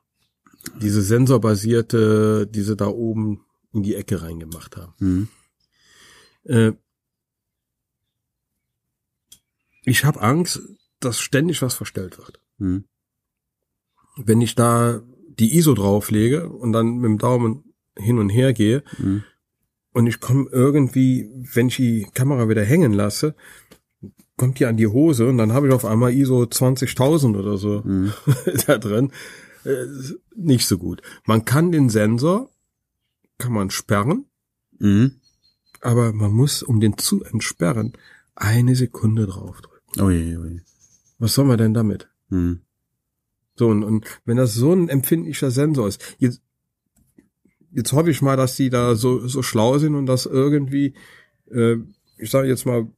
Diese sensorbasierte, diese da oben in die Ecke reingemacht haben. Mhm. Äh, ich habe Angst, dass ständig was verstellt wird. Mhm. Wenn ich da die ISO drauflege und dann mit dem Daumen hin und her gehe Mhm. und ich komme irgendwie, wenn ich die Kamera wieder hängen lasse, kommt die an die Hose und dann habe ich auf einmal ISO 20.000 oder so Mhm. da drin. Äh, nicht so gut. Man kann den Sensor, kann man sperren, Mhm. aber man muss, um den zu entsperren, eine Sekunde draufdrücken. Oh je, oh je. Was soll man denn damit? Mhm. So, und, und wenn das so ein empfindlicher Sensor ist, jetzt, jetzt hoffe ich mal, dass die da so, so schlau sind und das irgendwie, äh, ich sage jetzt mal,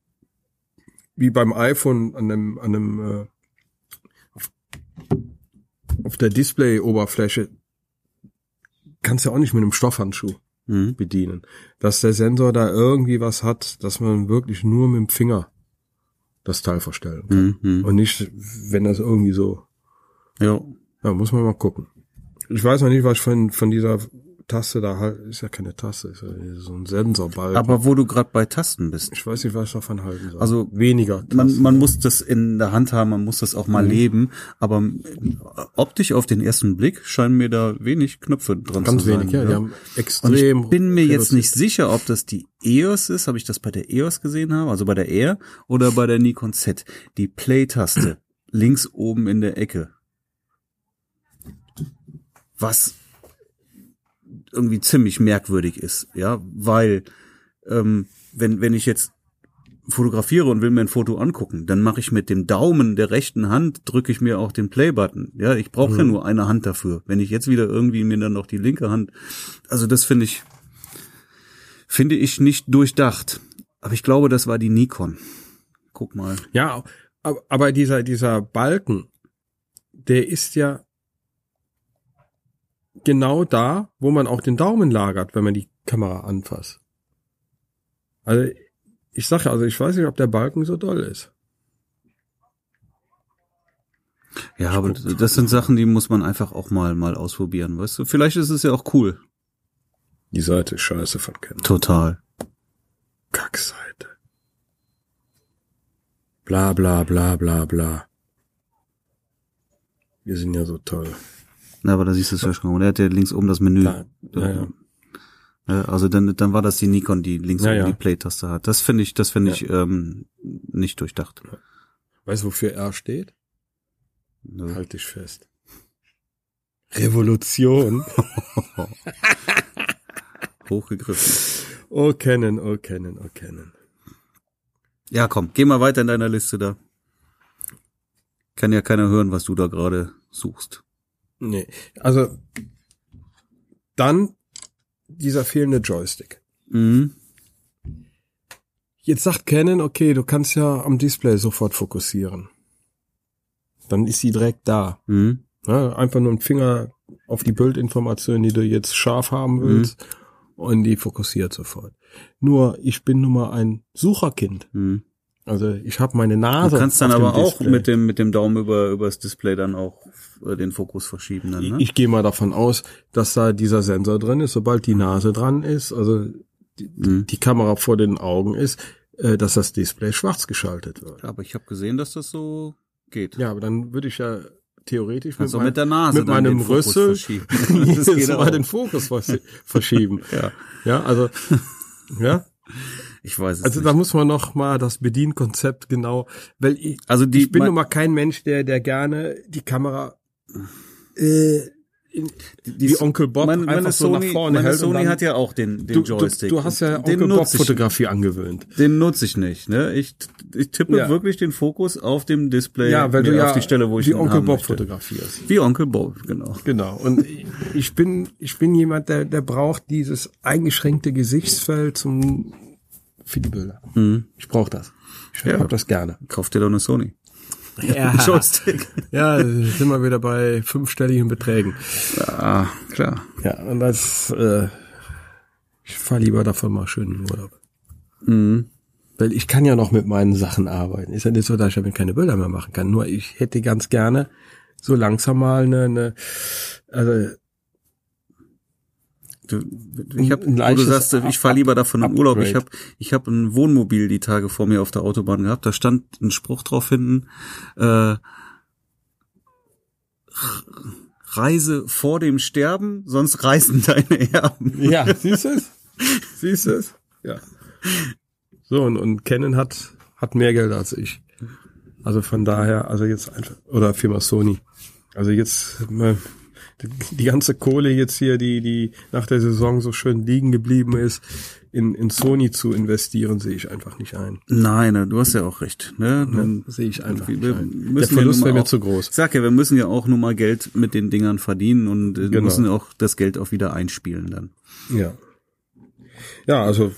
wie beim iPhone an einem, an einem äh, auf- auf der Display-Oberfläche kannst du ja auch nicht mit einem Stoffhandschuh Mhm. bedienen. Dass der Sensor da irgendwie was hat, dass man wirklich nur mit dem Finger das Teil verstellen kann. Mhm. Mhm. Und nicht, wenn das irgendwie so Ja. ja, muss man mal gucken. Ich weiß noch nicht, was ich von, von dieser Taste da halt, ist ja keine Taste, ist ja so ein Sensorbalken. Aber wo du gerade bei Tasten bist. ich weiß nicht, was ich davon halten soll. Also, weniger. Man, Tasten. man muss das in der Hand haben, man muss das auch mal Mhm. leben. Aber äh, optisch auf den ersten Blick scheinen mir da wenig Knöpfe dran Ganz zu sein. wenig, ja. Die haben ne? Und ich extrem. bin mir jetzt reduziert. nicht sicher, ob das die EOS ist, ob ich das bei der EOS gesehen habe, also bei der R oder bei der Nikon Z. Die Play-Taste links oben in der Ecke. Was irgendwie ziemlich merkwürdig ist, ja, weil ähm, wenn, wenn ich jetzt fotografiere und will mir ein Foto angucken, dann mache ich mit dem Daumen der rechten Hand, drücke ich mir auch den Play-Button. Ja, ich brauche ja nur eine Hand dafür. Wenn ich jetzt wieder irgendwie mir dann noch die linke Hand, also das finde ich, finde ich nicht durchdacht. Aber ich glaube, das war die Nikon. Guck mal. Ja, ab- aber dieser, dieser Balken, der ist ja genau da, wo man auch den Daumen lagert, wenn man die Kamera anfasst. Also, ich sage, ja, also ich weiß nicht, ob der Balken so doll ist. Ja, aber das sind Sachen, die muss man einfach auch mal, mal ausprobieren, weißt du? Vielleicht ist es ja auch cool. Die Seite ist scheiße von Ken. Total. Kackseite. Bla bla bla bla bla. Wir sind ja so toll. Na, aber da siehst du es ja schon. Und er hat ja links oben das Menü. Da, ja, ja. Ja, Also dann, dann war das die Nikon, die links Ja, oben ja. die Play-Taste hat. Das finde ich, das finde Ja. ich ähm, nicht durchdacht. Weißt du, wofür R steht? Nö. Halt dich fest. Revolution. Hochgegriffen. Oh Canon, oh Canon, oh Canon. Ja, komm, geh mal weiter in deiner Liste da. Kann ja keiner hören, was du da gerade suchst. Nee, also dann dieser fehlende Joystick. Mhm. Jetzt sagt Canon, okay, du kannst ja am Display sofort fokussieren. Dann ist sie direkt da. Mhm. Ja, Ne? einfach nur ein Finger auf die Bildinformation, die du jetzt scharf haben willst. Mhm. Und die fokussiert sofort. Nur, ich bin nun mal ein Sucherkind. Mhm. Also ich habe meine Du Nase. kannst dann auf dem aber auch Display. mit dem mit dem Daumen über übers Display dann auch äh, den Fokus verschieben dann, Ich, ne? ich gehe mal davon aus, dass da dieser Sensor drin ist, sobald die Nase dran ist, also mhm. die Kamera vor den Augen ist, äh, dass das Display schwarz geschaltet wird. Aber ich habe gesehen, dass das so geht. Ja, aber dann würde ich ja theoretisch Kannst auch mein- Also mit der Nase mit dann meinem den Fokus Rüssel verschieben. jedes Das geht Mal auch. den Fokus vers- verschieben. ja. ja, also ja, Ich weiß es also nicht. da muss man noch mal das Bedienkonzept genau, weil ich, Also die ich bin mein- nun mal kein Mensch, der der gerne die Kamera äh, in, die, wie Onkel Bob meine, einfach meine so Sony, nach vorne meine hält und Sony dann- hat ja auch den, du, den Joystick. Du, du hast ja den Onkel Bob nutze ich, Fotografie angewöhnt. Den nutze ich nicht. Ne? Ich, ich tippe Ja. wirklich den Fokus auf dem Display mir auf die Stelle, wo ich die ihn Onkel haben Bob möchte. fotografierst. Wie Onkel Bob, genau. Genau. Und ich bin ich bin jemand, der der braucht dieses eingeschränkte Gesichtsfeld zum für die Bilder. Ich brauche das. Ich Mhm. Ja. hab das gerne. Kauf dir doch eine Sony. Ja. Joystick. ja, sind wir wieder bei fünfstelligen Beträgen. Ah, klar. Ja, und das äh, ich fahr lieber davon mal schön in den Urlaub. Mhm. Weil ich kann ja noch mit meinen Sachen arbeiten. Ist ja nicht so, dass ich damit keine Bilder mehr machen kann. Nur ich hätte ganz gerne so langsam mal eine, eine also Du, ich hab, Ein wo du leichtes sagst, Up- ich fahre lieber davon in Urlaub. Ich Upgrade. habe ich hab ein Wohnmobil die Tage vor mir auf der Autobahn gehabt. Da stand ein Spruch drauf hinten. Äh, Reise vor dem Sterben, sonst reißen deine Erben. Ja, siehst du es? Siehst du es? Ja. So, und, und Canon hat, hat mehr Geld als ich. Also von daher, also jetzt einfach, oder Firma Sony. Also jetzt mal die- die ganze Kohle jetzt hier, die, die nach der Saison so schön liegen geblieben ist, in, in Sony zu investieren, sehe ich einfach nicht ein. Nein, ne, du hast ja auch recht. Ne? Dann- Sehe ich einfach wir nicht ein. müssen Der Verlust ja nun mal wäre mir auch- zu groß. Ich sag ja, wir müssen ja auch nun mal Geld mit den Dingern verdienen und äh, Genau. müssen auch das Geld auch wieder einspielen dann. Ja. Ja, also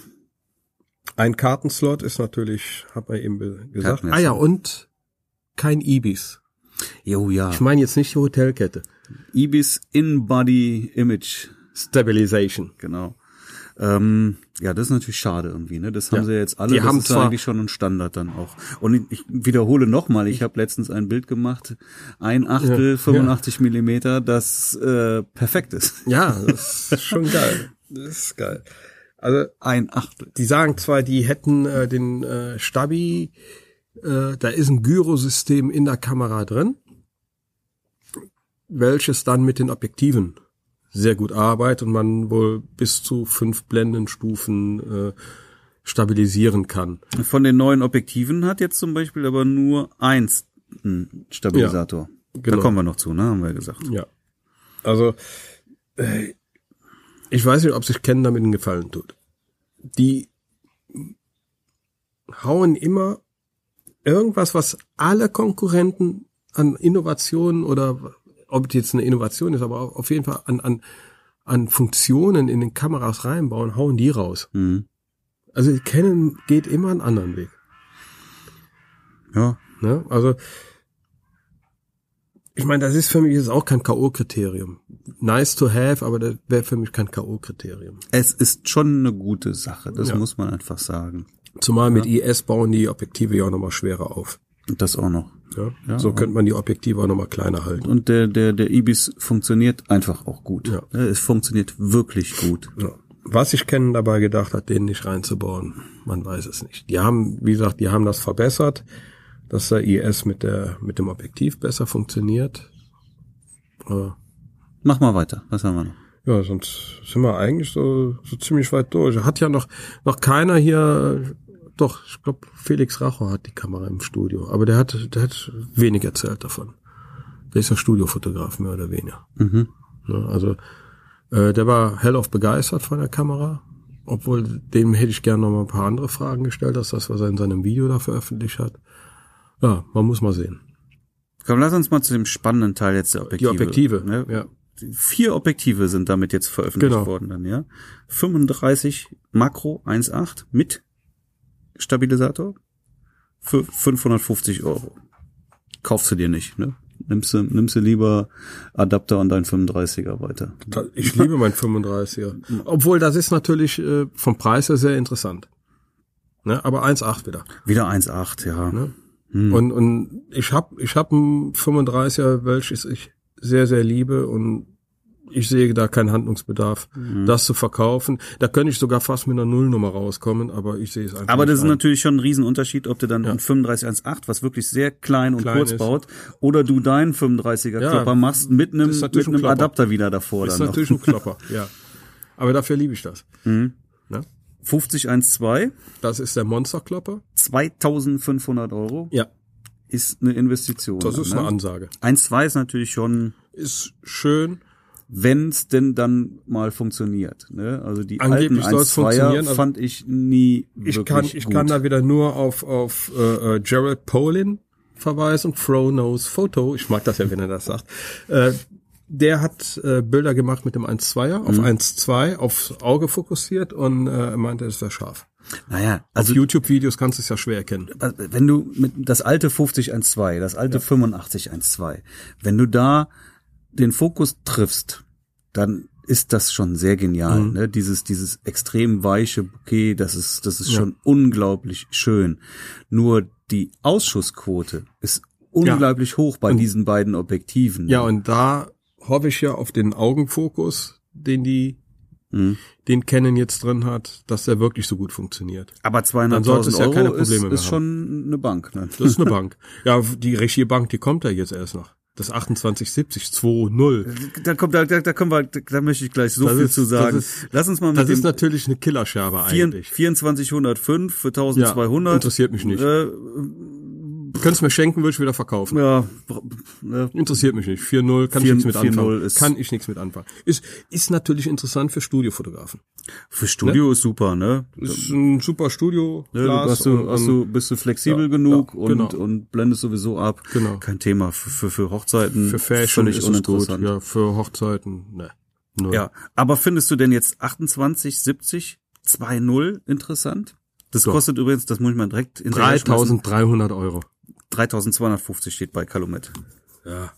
ein Kartenslot ist natürlich, hat man eben be- gesagt. Kartennetzwerk. Ah ja, und kein Ibis. Jo, ja. Ich meine jetzt nicht die Hotelkette. Ibis In-Body Image, Stabilization. genau. Ähm, Ja, das ist natürlich schade irgendwie, ne? Das haben Ja. sie jetzt alle. Die das haben ist zwar- eigentlich schon ein Standard dann auch. Und ich- ich wiederhole nochmal, ich habe letztens ein Bild gemacht, ein Achtel Ja. 85 Millimeter, das äh, perfekt ist. Ja, das ist schon geil. Das ist geil. Also Ein Achtel. die sagen zwar, die hätten äh, den äh, Stabi, äh, da ist ein Gyrosystem in der Kamera drin, welches dann mit den Objektiven sehr gut arbeitet und man wohl bis zu fünf Blendenstufen äh, stabilisieren kann. Von den neuen Objektiven hat jetzt zum Beispiel aber nur eins einen Stabilisator. Da genau. kommen wir noch zu, ne? Haben wir gesagt. Ja. Also, äh, ich weiß nicht, ob sich Ken damit einen Gefallen tut. Die hauen immer irgendwas, was alle Konkurrenten an Innovationen oder ob es jetzt eine Innovation ist, aber auf jeden Fall an, an, an Funktionen in den Kameras reinbauen, hauen die raus. Mhm. Also Canon geht immer einen anderen Weg. Ja. Ne? Also, ich meine, das ist für mich jetzt auch kein K.O.-Kriterium. Nice to have, aber das wäre für mich kein K.O.-Kriterium. Es ist schon eine gute Sache, das Ja. muss man einfach sagen. Zumal mit IS bauen die Objektive ja auch nochmal schwerer auf. Und das auch noch. Ja? Ja, so ja. könnte man die Objektive auch nochmal kleiner halten. Und der, der, der Ibis funktioniert einfach auch gut. Ja. Es funktioniert wirklich gut. Ja. Was ich kennen dabei gedacht hat, den nicht reinzubauen, man weiß es nicht. Die haben, wie gesagt, die haben das verbessert, dass der IS mit der mit dem Objektiv besser funktioniert. Äh, Mach mal weiter. Was haben wir noch? Ja, sonst sind wir eigentlich so, so ziemlich weit durch. Hat ja noch, noch keiner hier, äh, doch, ich glaube, Felix Racho hat die Kamera im Studio, aber der hat, der hat wenig erzählt davon. Der ist ja Studiofotograf, mehr oder weniger. Mhm. Ne, Also, äh, der war hellauf begeistert von der Kamera, obwohl dem hätte ich gerne noch mal ein paar andere Fragen gestellt, als das, was er in seinem Video da veröffentlicht hat. Ja, man muss mal sehen. Komm, lass uns mal zu dem spannenden Teil jetzt der Die Objektive. Objektive, Ne? ja. Vier Objektive sind damit jetzt veröffentlicht Genau. worden dann, ja. 35 Makro 1.8 mit Stabilisator für 550 Euro. Kaufst du dir nicht, ne? Nimmst du, nimmst du lieber Adapter an deinen 35er weiter. Da- Ich liebe mein 35er. Obwohl, das ist natürlich äh, vom Preis her sehr interessant. Ne? Aber 1,8 wieder. Wieder 1.8, ja. Ne? Hm. Und, und ich habe ich hab ein 35er, welches ich sehr, sehr liebe und ich sehe da keinen Handlungsbedarf, Hm. das zu verkaufen. Da könnte ich sogar fast mit einer Nullnummer rauskommen, aber ich sehe es einfach Aber nicht das ist ein. natürlich schon ein Riesenunterschied, ob du dann ein 3518, was wirklich sehr klein und Klein kurz ist. baut, oder du deinen 35er Ja, Klopper machst mit einem, das ist mit natürlich ein einem Klopper. Adapter wieder davor. ist dann noch. natürlich ein Klopper, ja. Aber dafür liebe ich das. Ne? 5012, Das ist der Monsterklopper. 2500 Euro Ja, ist eine Investition. das ist eine ne? Ansage. 1.2 ist natürlich schon, Ist schön. wenn's denn dann mal funktioniert. Ne? Also die Angeblich alten soll's 1.2er funktionieren, also- fand ich nie ich wirklich kann, ich gut. kann da wieder nur auf, auf äh, äh, Jared Polin verweisen, Frono's Photo. Ich mag das ja, wenn er das sagt. Äh, der hat äh, Bilder gemacht mit dem 1.2er, Mhm. auf 1.2, aufs Auge fokussiert und äh, er meinte, es wäre scharf. naja, also Auf YouTube-Videos kannst du es ja schwer erkennen. Also, wenn du mit das alte 5012, das alte 8512, wenn du da den Fokus triffst, dann ist das schon sehr genial. Mhm. Ne? Dieses dieses extrem weiche Bouquet, das ist das ist schon unglaublich schön. Nur die Ausschussquote ist unglaublich hoch bei diesen beiden Objektiven. Oh. Ja, und da hoffe ich ja auf den Augenfokus, den die, Mhm. den Canon jetzt drin hat, dass der wirklich so gut funktioniert. aber Dann solltest 200.000 du ja Euro keine ist, Probleme mehr ist schon eine Bank. Ne? Das ist eine Bank. Ja, die Regierbank, die kommt ja jetzt erst noch. Das 2870 2.0. Da kommt da, da können wir da möchte ich gleich so Das viel ist- zu das sagen. ist- Lass uns mal mit Das dem ist natürlich eine Killerscherbe Vier- eigentlich. 2405 für 1200. Ja, interessiert mich nicht. Äh, Könntest mir schenken, würde ich wieder verkaufen. ja, br- ne, Interessiert mich nicht. 4-0 kann ich 4-0 nichts mit anfangen. ist- kann ich nichts mit anfangen. Ist, ist natürlich interessant für Studiofotografen. für Studio ist super, ne? Ist ein super Studio. Ne, du hast du, hast du, bist du flexibel Ja, genug ja, genau. und, und blendest sowieso ab. Genau. Kein Thema. Für, für, für Hochzeiten für Fashion völlig ist es gut. uninteressant. Ja, für Hochzeiten, ne. Null. ja. aber findest du denn jetzt 28, 70, 2,0 interessant? Das So. kostet übrigens, das muss ich mal direkt hinterher schmeißen. 3300 Euro. 3250 steht bei Calumet. Ja.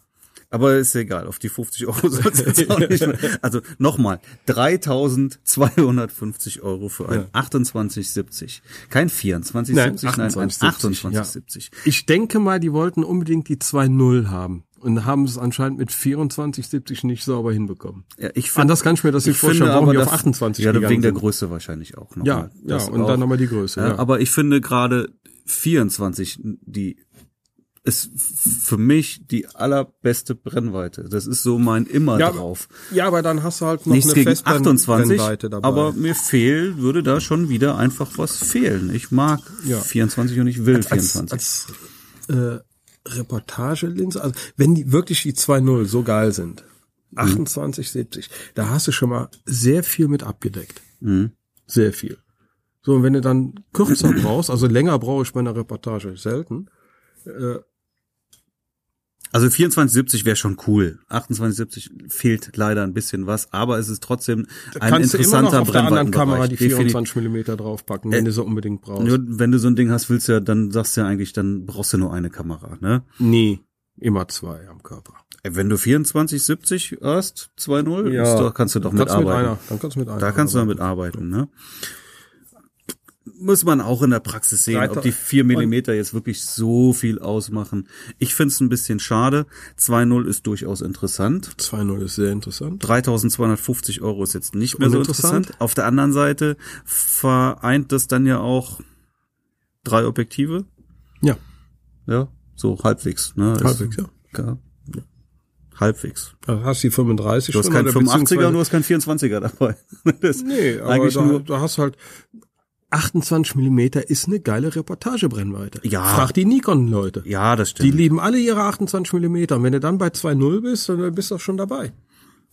Aber ist egal, auf die 50 Euro soll's jetzt auch nicht mehr. Also nochmal, 3250 Euro für ein 28,70. Kein 24,70, nein, Nein, ein 28,70, 28,70. Ich denke mal, die wollten unbedingt die 2-0 haben und haben es anscheinend mit 24,70 nicht sauber hinbekommen. Ja, ich find- Anders kann ich mir das nicht vorstellen, warum die auf 28 Ja, gegangen wegen der sind. Größe wahrscheinlich auch noch. Ja, mal. ja, Das und auch. dann nochmal die Größe. Ja, Ja, Aber ich finde gerade 24, die ist für mich die allerbeste Brennweite. Das ist so mein immer Ja, drauf. ja, aber dann hast du halt noch Halt Nichts eine gegen Festbrenn- 28, Brennweite dabei. aber mir fehlt, würde da schon wieder einfach was fehlen. Ich mag Ja. 24 und ich will als, 24. als äh, Reportagelinse, also wenn die wirklich die 2.0 so geil sind, Mhm. 28, 70, da hast du schon mal sehr viel mit abgedeckt. Mhm. Sehr viel. So, und wenn du dann kürzer brauchst, also länger brauche ich bei einer Reportage selten, äh, Also 2470 wäre schon cool. 2870 fehlt leider ein bisschen was, aber es ist trotzdem kannst ein du immer noch interessanter auf der anderen Brennweitenbereich. Kamera die Definitiv. Äh, 24 Millimeter draufpacken, wenn du sie unbedingt brauchst. Nur wenn du so ein Ding hast, willst du ja, dann sagst du ja eigentlich, dann brauchst du nur eine Kamera, ne? nee, immer zwei am Körper. Äh, Wenn du 2470 hast, 2.0, Ja. ist doch, kannst du doch Dann kannst du mit mitarbeiten. einer, dann kannst du mit einer. Da kannst du arbeiten. damit arbeiten, ne? Muss man auch in der Praxis sehen, Weiter- ob die 4 Millimeter jetzt wirklich so viel ausmachen. Ich find's ein bisschen schade. 2.0 ist durchaus interessant. 2.0 ist sehr interessant. 3250 Euro ist jetzt nicht mehr so Uninteressant. Also interessant. Auf der anderen Seite vereint das dann ja auch drei Objektive. Ja, Ja, so halbwegs. Ne? Ist- halbwegs, ja. Ja. Halbwegs. Also hast die 35 Du hast schon, keinen oder 85er und beziehungsweise- du hast keinen 24er dabei. Das Nee, aber eigentlich da, nur. da hast du halt 28 Millimeter ist eine geile Reportagebrennweite. Ja. Frag die Nikon-Leute. Ja, das Die stimmt. lieben alle ihre 28 Millimeter. Und wenn du dann bei 2.0 bist, dann bist du schon dabei.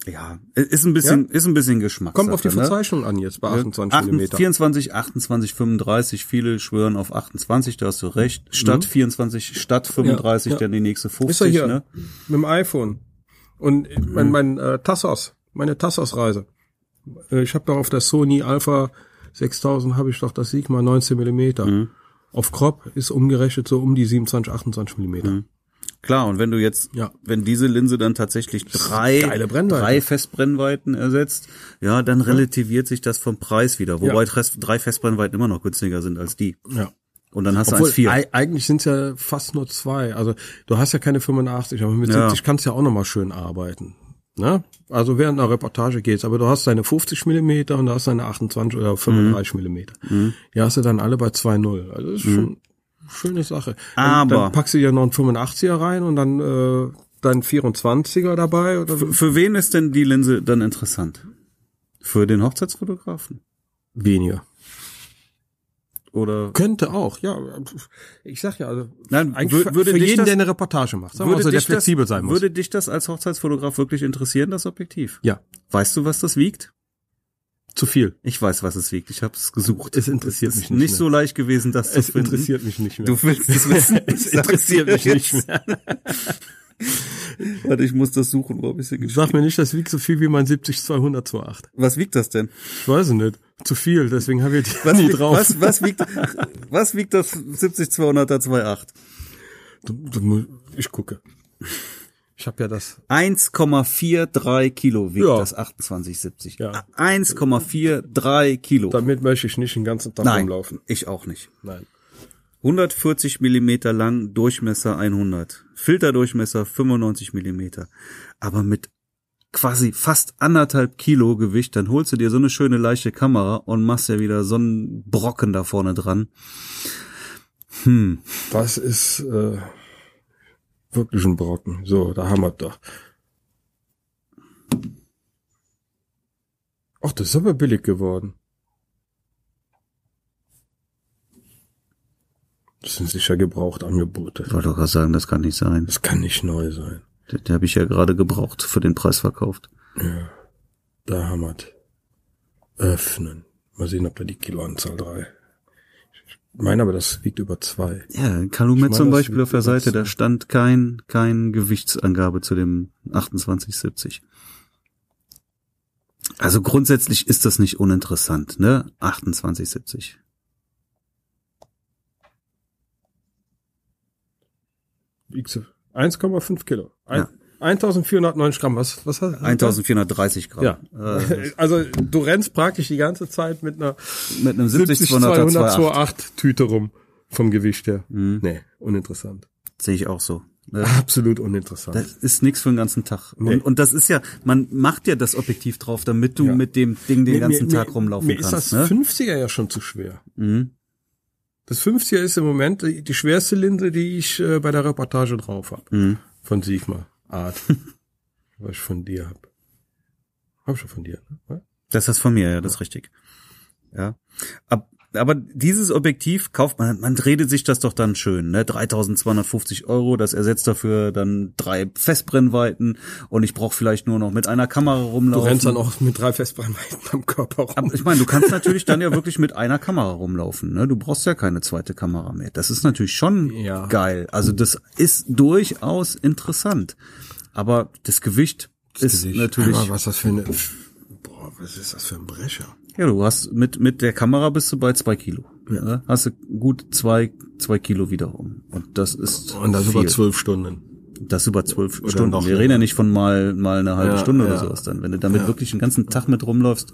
ja, ist ein bisschen, ist ein bisschen ne? Geschmack. Kommt auf die Verzeichnung an jetzt bei 28 Millimeter. 24, 28, 35, viele schwören auf 28, da hast du recht. Statt 24, statt Mhm. 35, Ja, ja. dann die nächste 50, Ist er hier ne? Mhm. mit dem iPhone. Und mein, mein äh, Tassos, meine Tassos-Reise. Äh, ich habe doch auf der Sony Alpha 6000 habe ich doch das Sigma 19 Millimeter. Mhm. Auf Crop ist umgerechnet so um die 27, 28 Millimeter. Mhm. Klar, und wenn du jetzt, Ja. wenn diese Linse dann tatsächlich drei, geile Brennweite. drei Festbrennweiten ersetzt, ja, dann relativiert sich das vom Preis wieder. Wobei Ja. Tres- drei Festbrennweiten immer noch günstiger sind als die. Ja. Und dann hast du Obwohl, eins vier. ei- eigentlich sind es ja fast nur zwei. Also du hast ja keine 85, aber mit Ja. 70 kannst du ja auch nochmal schön arbeiten. Ne? Also während einer Reportage geht's, aber du hast deine 50 Millimeter und du hast deine 28 oder 35 Mhm. Millimeter. Die hast du dann alle bei 2,0. Also das ist schon eine schöne Sache. Aber- dann, dann packst du ja noch einen 85er rein und dann äh, deinen 24er dabei. Oder so. Für wen ist denn die Linse dann interessant? Für den Hochzeitsfotografen? weniger. Oder Könnte auch, ja. Ich sag ja, also Nein, eigentlich wür- für, würde für dich jeden, das- der eine Reportage macht, sagen wir mal so, der flexibel das, sein muss. Würde dich das als Hochzeitsfotograf wirklich interessieren, das Objektiv? ja, Weißt du, was das wiegt? zu viel. Ich weiß, was es wiegt. Ich habe es gesucht. Es interessiert ist mich nicht. nicht Nicht mehr. so leicht gewesen, das zu Es finden. interessiert mich nicht mehr. Du willst es wissen. Es Ich sag's interessiert dir mich nicht jetzt. Warte, ich muss das suchen, wo hab ich's hingeschrieben? Sag mir nicht, das wiegt so viel wie mein 70 200 28. Was wiegt das denn? Ich weiß es nicht. Zu viel, deswegen habe ich die Was, nie wiegt- drauf. Was, was wiegt, was wiegt das 70 200er 28? Du, du, mu- ich gucke. Ich habe ja das. 1,43 Kilo wiegt Ja. das 2870. Ja. 1,43 Kilo. Damit möchte ich nicht den ganzen Tag Nein, rumlaufen. ich auch nicht. Nein. 140 Millimeter lang, Durchmesser 100. Filterdurchmesser 95 Millimeter. Aber mit quasi fast anderthalb Kilo Gewicht, dann holst du dir so eine schöne leichte Kamera und machst ja wieder so einen Brocken da vorne dran. Das ist äh, wirklich ein Brocken. So, da haben wir doch. Ach, das ist aber billig geworden. Das sind sicher Gebrauchtangebote. Ich wollte doch gerade sagen, das kann nicht sein. Das kann nicht neu sein. Den, den habe ich ja gerade gebraucht, für den Preis verkauft. Da hammert. Öffnen. Mal sehen, ob da die Kiloanzahl drei. Ich meine aber, das wiegt über zwei. Ja, in Calumet Ich meine, zum das Beispiel liegt auf der Seite, jetzt- da stand kein, kein Gewichtsangabe zu dem 2870. Also grundsätzlich ist das nicht uninteressant, ne? 2870. Wiegt so 1,5 Kilo. Ein, Ja. 1490 Gramm, was, was hast du? 1430 Gramm. Ja. Äh, Also du rennst praktisch die ganze Zeit mit einer mit einem 70, 70 200, 200 208. 28 Tüte rum vom Gewicht her. Mhm. Nee, uninteressant. Sehe ich auch so. Äh, Absolut uninteressant. Das ist nichts für den ganzen Tag. Nee. Und, und das ist ja, man macht ja das Objektiv drauf, damit du Ja. mit dem Ding den Mir- ganzen mir, Tag rumlaufen mir kannst. ist ne? das 50er ja schon zu schwer. Mhm. Das 50er ist im Moment die, die schwerste Linse, die ich äh, bei der Reportage drauf habe. Mhm. Von Sigma Art. was ich von dir hab. Hab ich schon von dir. Ne? Das ist von mir, ja, das ist richtig. Ja. Ab, aber dieses Objektiv kauft man, man redet sich das doch dann schön, ne? 3250 Euro, das ersetzt dafür dann drei Festbrennweiten und ich brauche vielleicht nur noch mit einer Kamera Du rumlaufen. rennst dann auch mit drei Festbrennweiten am Körper rum. aber ich meine, du kannst natürlich dann ja wirklich mit einer Kamera rumlaufen, ne? Du brauchst ja keine zweite Kamera mehr. Das ist natürlich schon Ja. geil. Also das ist durchaus interessant. Aber das Gewicht ist Gesicht. natürlich. Aber was ist das für eine. Boah, was ist das für ein Brecher? Ja, du hast mit, mit der Kamera bist du bei zwei Kilo. Ne? Hast du gut zwei, zwei Kilo wiederum. Und das ist. Und das viel. über zwölf Stunden. Das über zwölf Stunden. noch Wir mehr. reden ja nicht von mal, mal eine halbe Ja, Stunde oder ja. sowas dann. Wenn du damit wirklich den ganzen Tag mit rumläufst,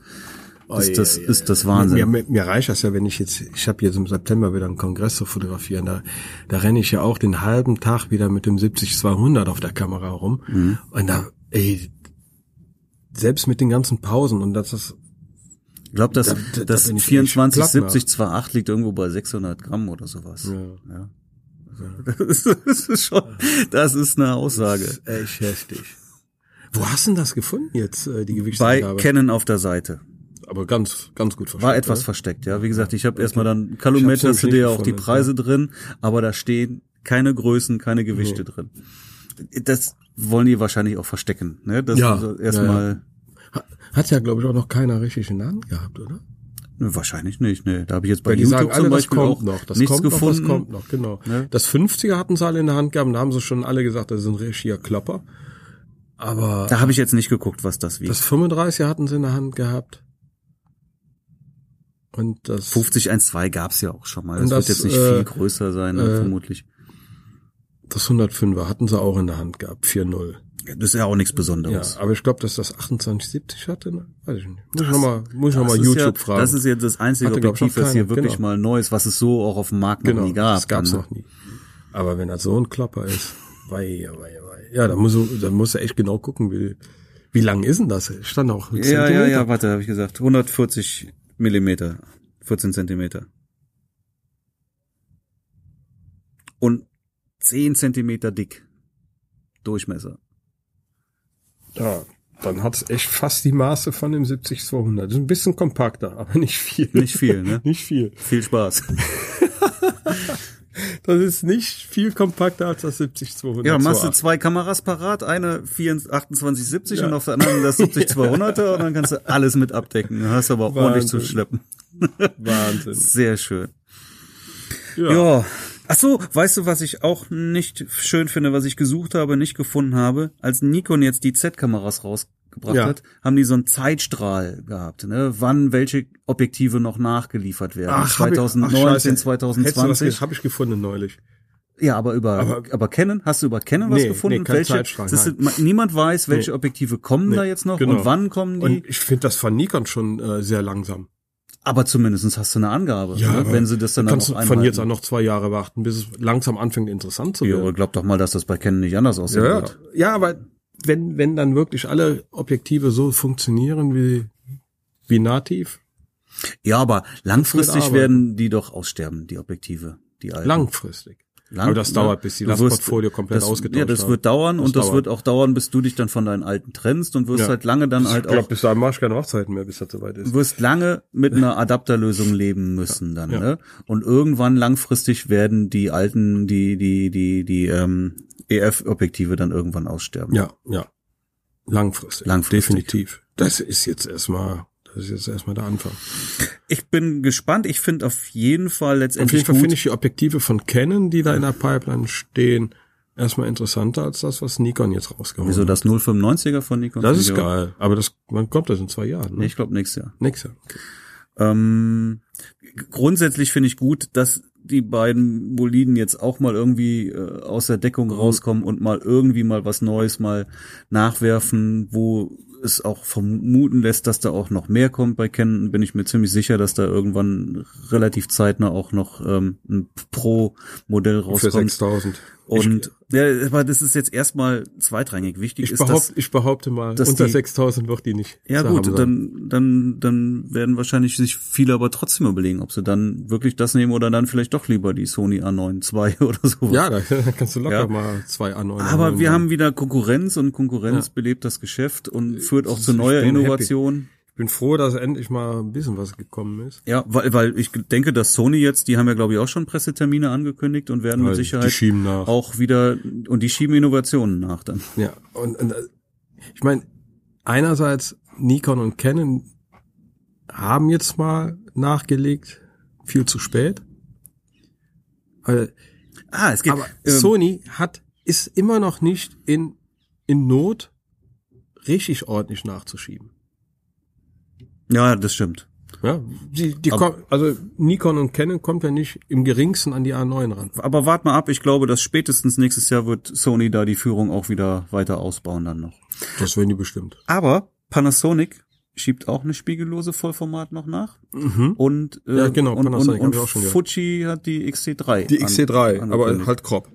ist das, ist das Wahnsinn. Mir, mir, mir reicht das ja, wenn ich jetzt, ich habe jetzt im September wieder einen Kongress zu fotografieren, da, da renne ich ja auch den halben Tag wieder mit dem 70-200 auf der Kamera rum. Mhm. Und da, ey, selbst mit den ganzen Pausen und das ist, Ich glaube, das, Da- da- das da bin ich echt 24, platt, ne? 70, 28 liegt irgendwo bei 600 Gramm oder sowas. Ja. Das ist schon, das ist eine Aussage. ist echt heftig. Wo hast du denn das gefunden jetzt, äh, die Bei Gewichtsangabe? Canon auf der Seite. Aber ganz, ganz gut verstanden. War etwas versteckt, ja. Wie gesagt, ich habe erstmal dann Kalumet, Ich hab's hast du dir ja nämlich auch die gefunden, Preise drin, aber da stehen keine Größen, keine Gewichte drin. Das wollen die wahrscheinlich auch verstecken, ne? Das Ja, ist erstmal Hat ja, glaube ich, auch noch keiner richtig in der Hand gehabt, oder? Nö, wahrscheinlich nicht, ne? Da habe ich jetzt bei Weil die YouTube sagen alle, zum das Beispiel kommt auch noch, das nichts kommt gefunden. noch, das kommt noch, genau. Ne? Das 50er hatten sie alle in der Hand gehabt, und da haben sie schon alle gesagt, das ist ein richtiger Klopper. Aber Da habe ich jetzt nicht geguckt, was das wiegt. das 35er hatten sie in der Hand gehabt. Und das 5012 gab's ja auch schon mal. Das, Und das, wird jetzt nicht äh, viel größer sein, ne, äh, vermutlich. das 105er hatten sie auch in der Hand gehabt, 4.0. Das ist ja auch nichts Ja, Besonderes. aber ich glaube, dass das 2870 hatte, ne? weiß ich nicht. Muss ich Das- nochmal muss ich noch Das mal ist YouTube ja, fragen. Das ist jetzt das einzige Hatte, glaub ich, Objektiv, noch das hier keiner, wirklich genau. mal neu ist, was es so auch auf dem Markt noch nie gab. Das gab's ne? noch nie. Aber wenn das so ein Klopper ist, wei, wei, wei. Ja, da muss du, da musst du echt genau gucken, wie, wie lang ist denn das? Stand auch ein Ja, ja, Zentimeter. ja, warte, habe ich gesagt. 140 Millimeter, 14 Zentimeter. Und 10 Zentimeter dick. Durchmesser. ja. Dann hat's echt fast die Maße von dem 70-200. Ist ein bisschen kompakter, aber nicht viel. Nicht viel, ne? Nicht viel. Viel Spaß. Das ist nicht viel kompakter als das 70-200. Ja, machst du 2.8. zwei Kameras parat, eine 24 28, 70 Ja. und auf der anderen das 70 200er und dann kannst du alles mit abdecken. Dann hast du aber auch ordentlich zu Wahnsinn. schleppen. Wahnsinn. Sehr schön. Ja. Ja. Ach so, weißt du, was ich auch nicht schön finde, was ich gesucht habe, nicht gefunden habe? Als Nikon jetzt die Z-Kameras rausgebracht Ja. hat, haben die so einen Zeitstrahl gehabt, ne? Wann welche Objektive noch nachgeliefert werden? hab ich- 2019, Scheiße. Hättest du was 2020. gesagt, Hab ich gefunden neulich. Ja, aber über aber, Aber- Canon, hast du über Canon was Nee, gefunden? nee, kein welche, Zeitstrahl, das sind, ma- niemand weiß, welche Objektive kommen da Nee, jetzt noch genau. und wann kommen die. Und ich finde das von Nikon schon äh, sehr langsam. aber zumindestens hast du eine Angabe, ne? aber wenn sie das dann, dann kannst auch du von jetzt einhalten. an noch zwei Jahre warten, bis es langsam anfängt interessant zu Ja, werden. aber glaub doch mal, dass das bei Canon nicht anders aussehen Ja, wird. ja aber wenn, wenn dann wirklich alle Objektive so funktionieren wie, wie nativ, Ja, aber langfristig Mitarbeiten. werden die doch aussterben, die Objektive, die alten. langfristig. Lang, ne? aber das dauert, bis die Du das wirst- Portfolio komplett das, ausgetauscht Ja, das haben. wird dauern Das und das dauert. wird auch dauern, bis du dich dann von deinen alten trennst und wirst Ja. halt lange dann halt ich glaube, auch bis dahin mache ich keine Hochzeiten mehr, bis das soweit ist. wirst lange mit einer Adapterlösung leben müssen dann, Ja. ne? Und irgendwann langfristig werden die alten, die, die, die, die ähm, EF-Objektive dann irgendwann aussterben. Ja, ja. Langfristig. Langfristig. Definitiv. Das ist jetzt erstmal, das ist jetzt erstmal der Anfang. Ich bin gespannt. Ich finde auf jeden Fall Auf letztendlich jeden Fall gut. finde ich die Objektive von Canon, die da in der Pipeline stehen, erstmal interessanter als das, was Nikon jetzt rausgehauen Wieso hat. das 095er von Nikon? Das ist Ja. geil. Aber das, wann kommt das in zwei Jahren? Nee, Ne? ich glaube nächstes Jahr. Nix, ja. Ähm, grundsätzlich finde ich gut, dass die beiden Boliden jetzt auch mal irgendwie äh, aus der Mhm. Deckung rauskommen und mal irgendwie mal was Neues mal nachwerfen, wo es auch vermuten lässt, dass da auch noch mehr kommt bei Ken, bin ich mir ziemlich sicher, dass da irgendwann relativ zeitnah auch noch ähm, ein Pro-Modell für rauskommt. 6000. Und ja, aber das ist jetzt erstmal zweitrangig. Wichtig Ich, ich, ist, dass behaupte, ich behaupte mal, dass unter die- 6000 wird die nicht. ja zu haben gut, sein. dann, dann, dann werden wahrscheinlich sich viele aber trotzdem überlegen, ob sie dann wirklich das nehmen oder dann vielleicht doch lieber die Sony A9 II oder sowas. Ja, da kannst du locker Ja. mal zwei A9 aber holen. wir haben wieder Konkurrenz und Konkurrenz Ja. Äh, belebt das Geschäft und führt auch Ich zu neuer bin happy. Innovation. Ich bin froh, dass endlich mal ein bisschen was gekommen ist. Ja, weil, weil ich denke, dass Sony jetzt, die haben ja glaube ich auch schon Pressetermine angekündigt und werden mit Weil Die Sicherheit schieben nach. auch wieder und die schieben Innovationen nach dann. Ja, und, und äh, ich meine, einerseits Nikon und Canon haben jetzt mal nachgelegt, viel zu spät. Äh, Ah, es geht. Aber ähm, Sony hat ist immer noch nicht in in Not richtig ordentlich nachzuschieben. ja, das stimmt. Ja, die, die Aber- kommen, also Nikon und Canon kommt ja nicht im geringsten an die A9 ran. Aber wart mal ab, ich glaube, dass spätestens nächstes Jahr wird Sony da die Führung auch wieder weiter ausbauen dann noch. Das werden die bestimmt. Aber Panasonic schiebt auch eine spiegellose Vollformat noch nach. Mhm. Und, äh, Ja, genau, und, und, Panasonic hab und ich auch schon gehört. Fuji hat die XT3. Die an- XC3, aber angekündigt. halt Crop.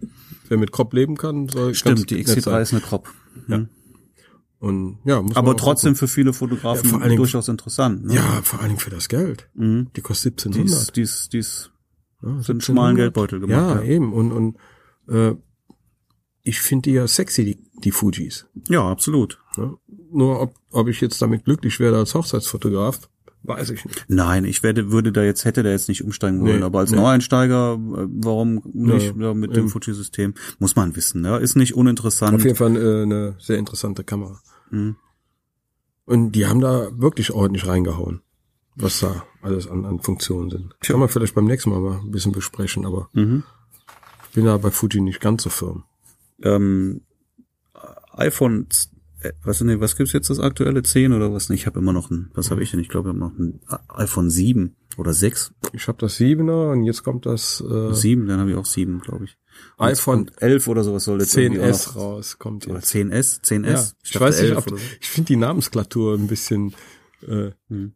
Wer mit Crop leben kann, soll ganz Stimmt, die nett sein. XT3 ist eine Crop. Ja. Und ja, muss man Aber auch trotzdem für viele Fotografen Ja, vor allen Dingen- durchaus interessant. Ne? gucken. Ja, vor allen Dingen für das Geld. Mhm. Die kostet Die 1700. ist, die ist, die ist Ja, sind 1700. schmalen Geldbeutel gemacht. Ja, eben. Und, und äh, ich finde die ja sexy, die, die Fujis. ja, absolut. Ne? Nur ob, ob ich jetzt damit glücklich werde als Hochzeitsfotograf, weiß ich nicht. Nein, ich werde, würde da jetzt, hätte da jetzt nicht umsteigen wollen, Nee, aber als nee. Neueinsteiger, äh, warum nicht Ja, ja, mit dem eben. Fuji-System? Muss man wissen, ne? Ist nicht Auf jeden uninteressant. Fall äh, eine sehr interessante Kamera. Mhm. Und die haben da wirklich ordentlich reingehauen, was da alles an, an Funktionen sind. Können wir vielleicht beim nächsten Mal mal ein bisschen besprechen, aber Mhm. ich bin da bei Fuji nicht ganz so firm. Ähm, iPhone, äh, was, nee, was gibt's jetzt das aktuelle? 10 oder was? Nee, Ich habe immer noch ein, was habe ich denn? Ich glaube, ich habe noch ein iPhone 7 oder 6. Ich habe das 7er und jetzt kommt das äh, 7, dann habe ich auch 7, glaube ich. Und jetzt iPhone kommt 11 oder sowas soll jetzt irgendwie auch 10S noch- raus. Kommt Oder jetzt. 10S? 10S? Ja, ich, weiß dachte nicht, 11 ob, oder so. ich finde die Namensklatur ein bisschen, äh, Hm.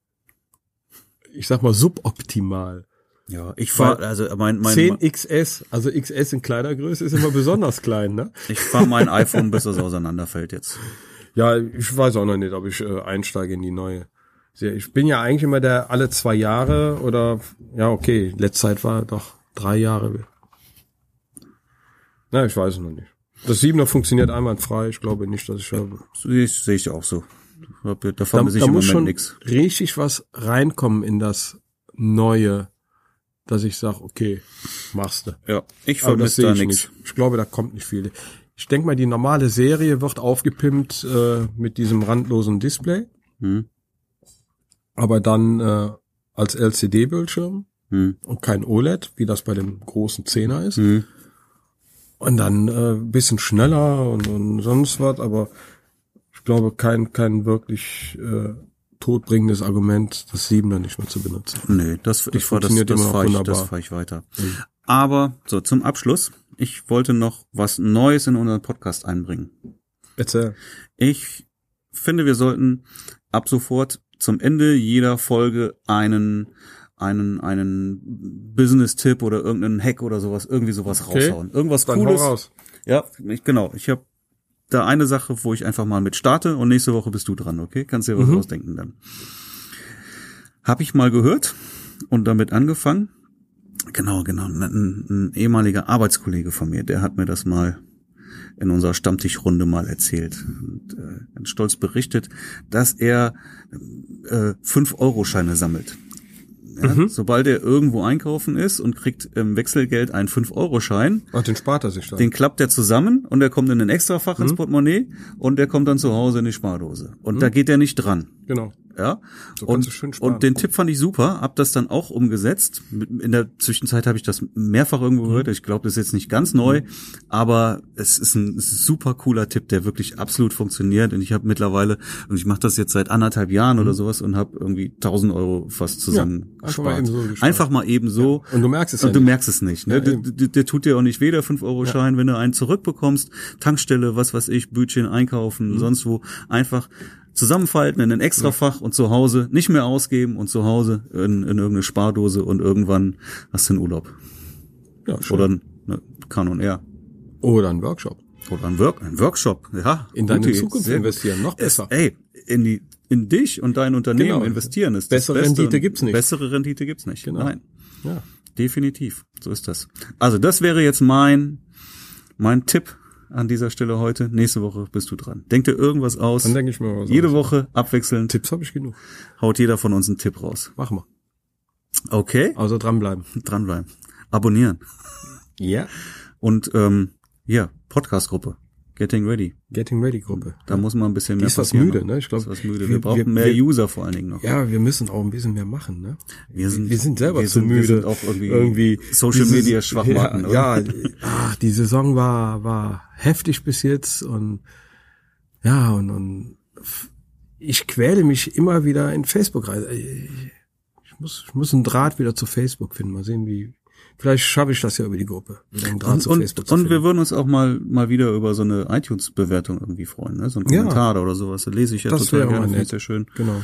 ich sag mal, suboptimal. Ja, ich fahr, also mein, mein, 10XS, also XS in kleiner Größe ist immer besonders klein, ne? ich fahr mein iPhone, bis es auseinanderfällt jetzt. Ja, ich weiß auch noch nicht, ob ich äh, einsteige in die neue. Serie. Ich bin ja eigentlich immer der alle zwei Jahre oder, ja, okay, letzte Zeit war doch drei Jahre. Na, ich weiß es noch nicht. Das 7er funktioniert einwandfrei. Ich glaube nicht, dass ich da Sehe ich, seh ich auch so. Hab- Da da, vermisse ich da im muss Moment schon nix. richtig was reinkommen in das Neue, dass ich sage, okay, machst du. Ja, ich Aber das vermisse sehe da ich nix. nicht. Ich glaube, da kommt nicht viel. Ich denke mal, die normale Serie wird aufgepimpt äh, mit diesem randlosen Display, Hm, aber dann äh, als LCD-Bildschirm hm, und kein OLED, wie das bei dem großen Zehner ist. hm. Und dann äh, ein bisschen schneller und, und sonst was, aber ich glaube, kein, kein wirklich äh, todbringendes Argument, das Siebener nicht mehr zu benutzen. Nee, das, ich fahr, das, funktioniert das immer noch fahre ich, wunderbar. Mhm. das fahr ich weiter. Aber so, zum Abschluss, ich wollte noch was Neues in unseren Podcast einbringen. äh, Erzähl. Ich finde, wir sollten ab sofort zum Ende jeder Folge einen einen einen Business-Tipp oder irgendeinen Hack oder sowas irgendwie sowas Okay. raushauen. Irgendwas Dann Cooles. hau raus. Ja, ich, genau. Ich habe da eine Sache, wo ich einfach mal mit starte und nächste Woche bist du dran, okay? Kannst dir was Mhm. ausdenken dann. Habe ich mal gehört und damit angefangen. Genau, genau. Ein, ein ehemaliger Arbeitskollege von mir, der hat mir das mal in unserer Stammtischrunde mal erzählt und äh, ganz stolz berichtet, dass er äh, 5-Euro-Scheine sammelt. Ja, Sobald er irgendwo einkaufen ist und kriegt im Wechselgeld einen 5-Euro-Schein, Ach, den spart er sich dann. den klappt er zusammen und er kommt Mhm. in ein Extrafach ins Portemonnaie und er kommt dann zu Hause in die Spardose. Und da geht er nicht dran. genau. Ja. Mhm. So kannst und, du schön sparen. und den Tipp fand ich super, hab das dann auch umgesetzt. Mit- In der Zwischenzeit habe ich das mehrfach Mhm. irgendwo gehört. Ich glaube, das ist jetzt nicht ganz neu, aber es ist ein super cooler Tipp, der wirklich absolut funktioniert. Und ich habe mittlerweile, und ich mache das jetzt seit anderthalb Jahren oder sowas und habe irgendwie 1000 Euro fast zusammen Mhm. einfach mal gespart. eben so gespart. Einfach mal eben so. Und du merkst es ja Oh. Und du nicht. merkst es nicht. Ne? Ja, der, eben. der, der tut dir auch nicht weh, der 5-Euro-Schein, wenn du einen zurückbekommst. Tankstelle, was weiß ich, Bütchen einkaufen, Mhm. sonst wo. Einfach zusammenfalten in ein Extrafach und zu Hause nicht mehr ausgeben und zu Hause in, in irgendeine Spardose und irgendwann hast du einen Urlaub. Ja, schön. Oder ne, Canon Air. Oder ein Workshop. Oder ein, Work, ein Workshop. Ja, In deine gute- Zukunft sehr- investieren, noch besser. Ey, in die in dich und dein Unternehmen Genau. investieren ist Bessere das Beste. Rendite und gibt's nicht. Bessere Rendite gibt's nicht. Genau. Nein. Ja. Definitiv, so ist das. Also das wäre jetzt mein mein Tipp an dieser Stelle heute. Nächste Woche bist du dran. Denk dir irgendwas aus. Dann denke ich mir was Jede aus. Woche abwechselnd Tipps habe ich genug. haut jeder von uns einen Tipp raus. Machen wir. Okay, Also dranbleiben. dranbleiben, abonnieren Ja. und ähm, ja Podcastgruppe Getting Ready. Getting Ready Gruppe. Da muss man ein bisschen mehr ist was passieren. müde, ne? Ich glaub, ist was müde. Wir wir- brauchen wir- mehr wir- User vor allen Dingen noch. Ja, wir müssen auch ein bisschen mehr machen, ne? Wir sind- wir sind selber wir zu sind- wir müde. sind auch irgendwie Social Media Schwachmaten, Ja, oder? ja ach, die Saison war, war heftig bis jetzt und ja, und, und f- ich quäle mich immer wieder in Facebook rein. Ich, ich, muss, ich muss einen Draht wieder zu Facebook finden. Mal sehen, wie. Vielleicht schaffe ich das ja über die Gruppe. wieder einen Draht Und, zu Facebook und, zu und wir finden. würden uns auch mal mal wieder über so eine iTunes-Bewertung irgendwie freuen, ne? So ein Ja. Kommentar oder sowas. Da lese ich ja Das total wäre mal gerne, finde nett. ich sehr schön. Genau.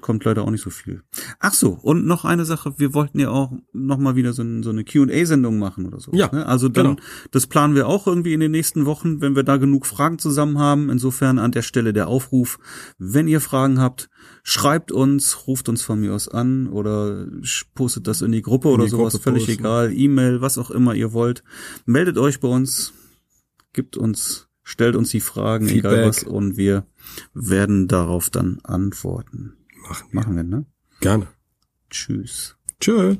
kommt leider auch nicht so viel. Ach so, und noch eine Sache, wir wollten ja auch noch mal wieder so, ein, so eine Q&A-Sendung machen oder so. Ja, ne? Also dann, genau. das planen wir auch irgendwie in den nächsten Wochen, wenn wir da genug Fragen zusammen haben. Insofern an der Stelle der Aufruf, wenn ihr Fragen habt, schreibt uns, ruft uns von mir aus an oder sch- postet das in die Gruppe oder die sowas, Gruppe völlig posten. egal, E-Mail, was auch immer ihr wollt. Meldet euch bei uns, gibt uns, stellt uns die Fragen, egal Feedback. was, und wir werden darauf dann antworten. Machen wir. Machen wir, ne? Gerne. Tschüss. Tschö.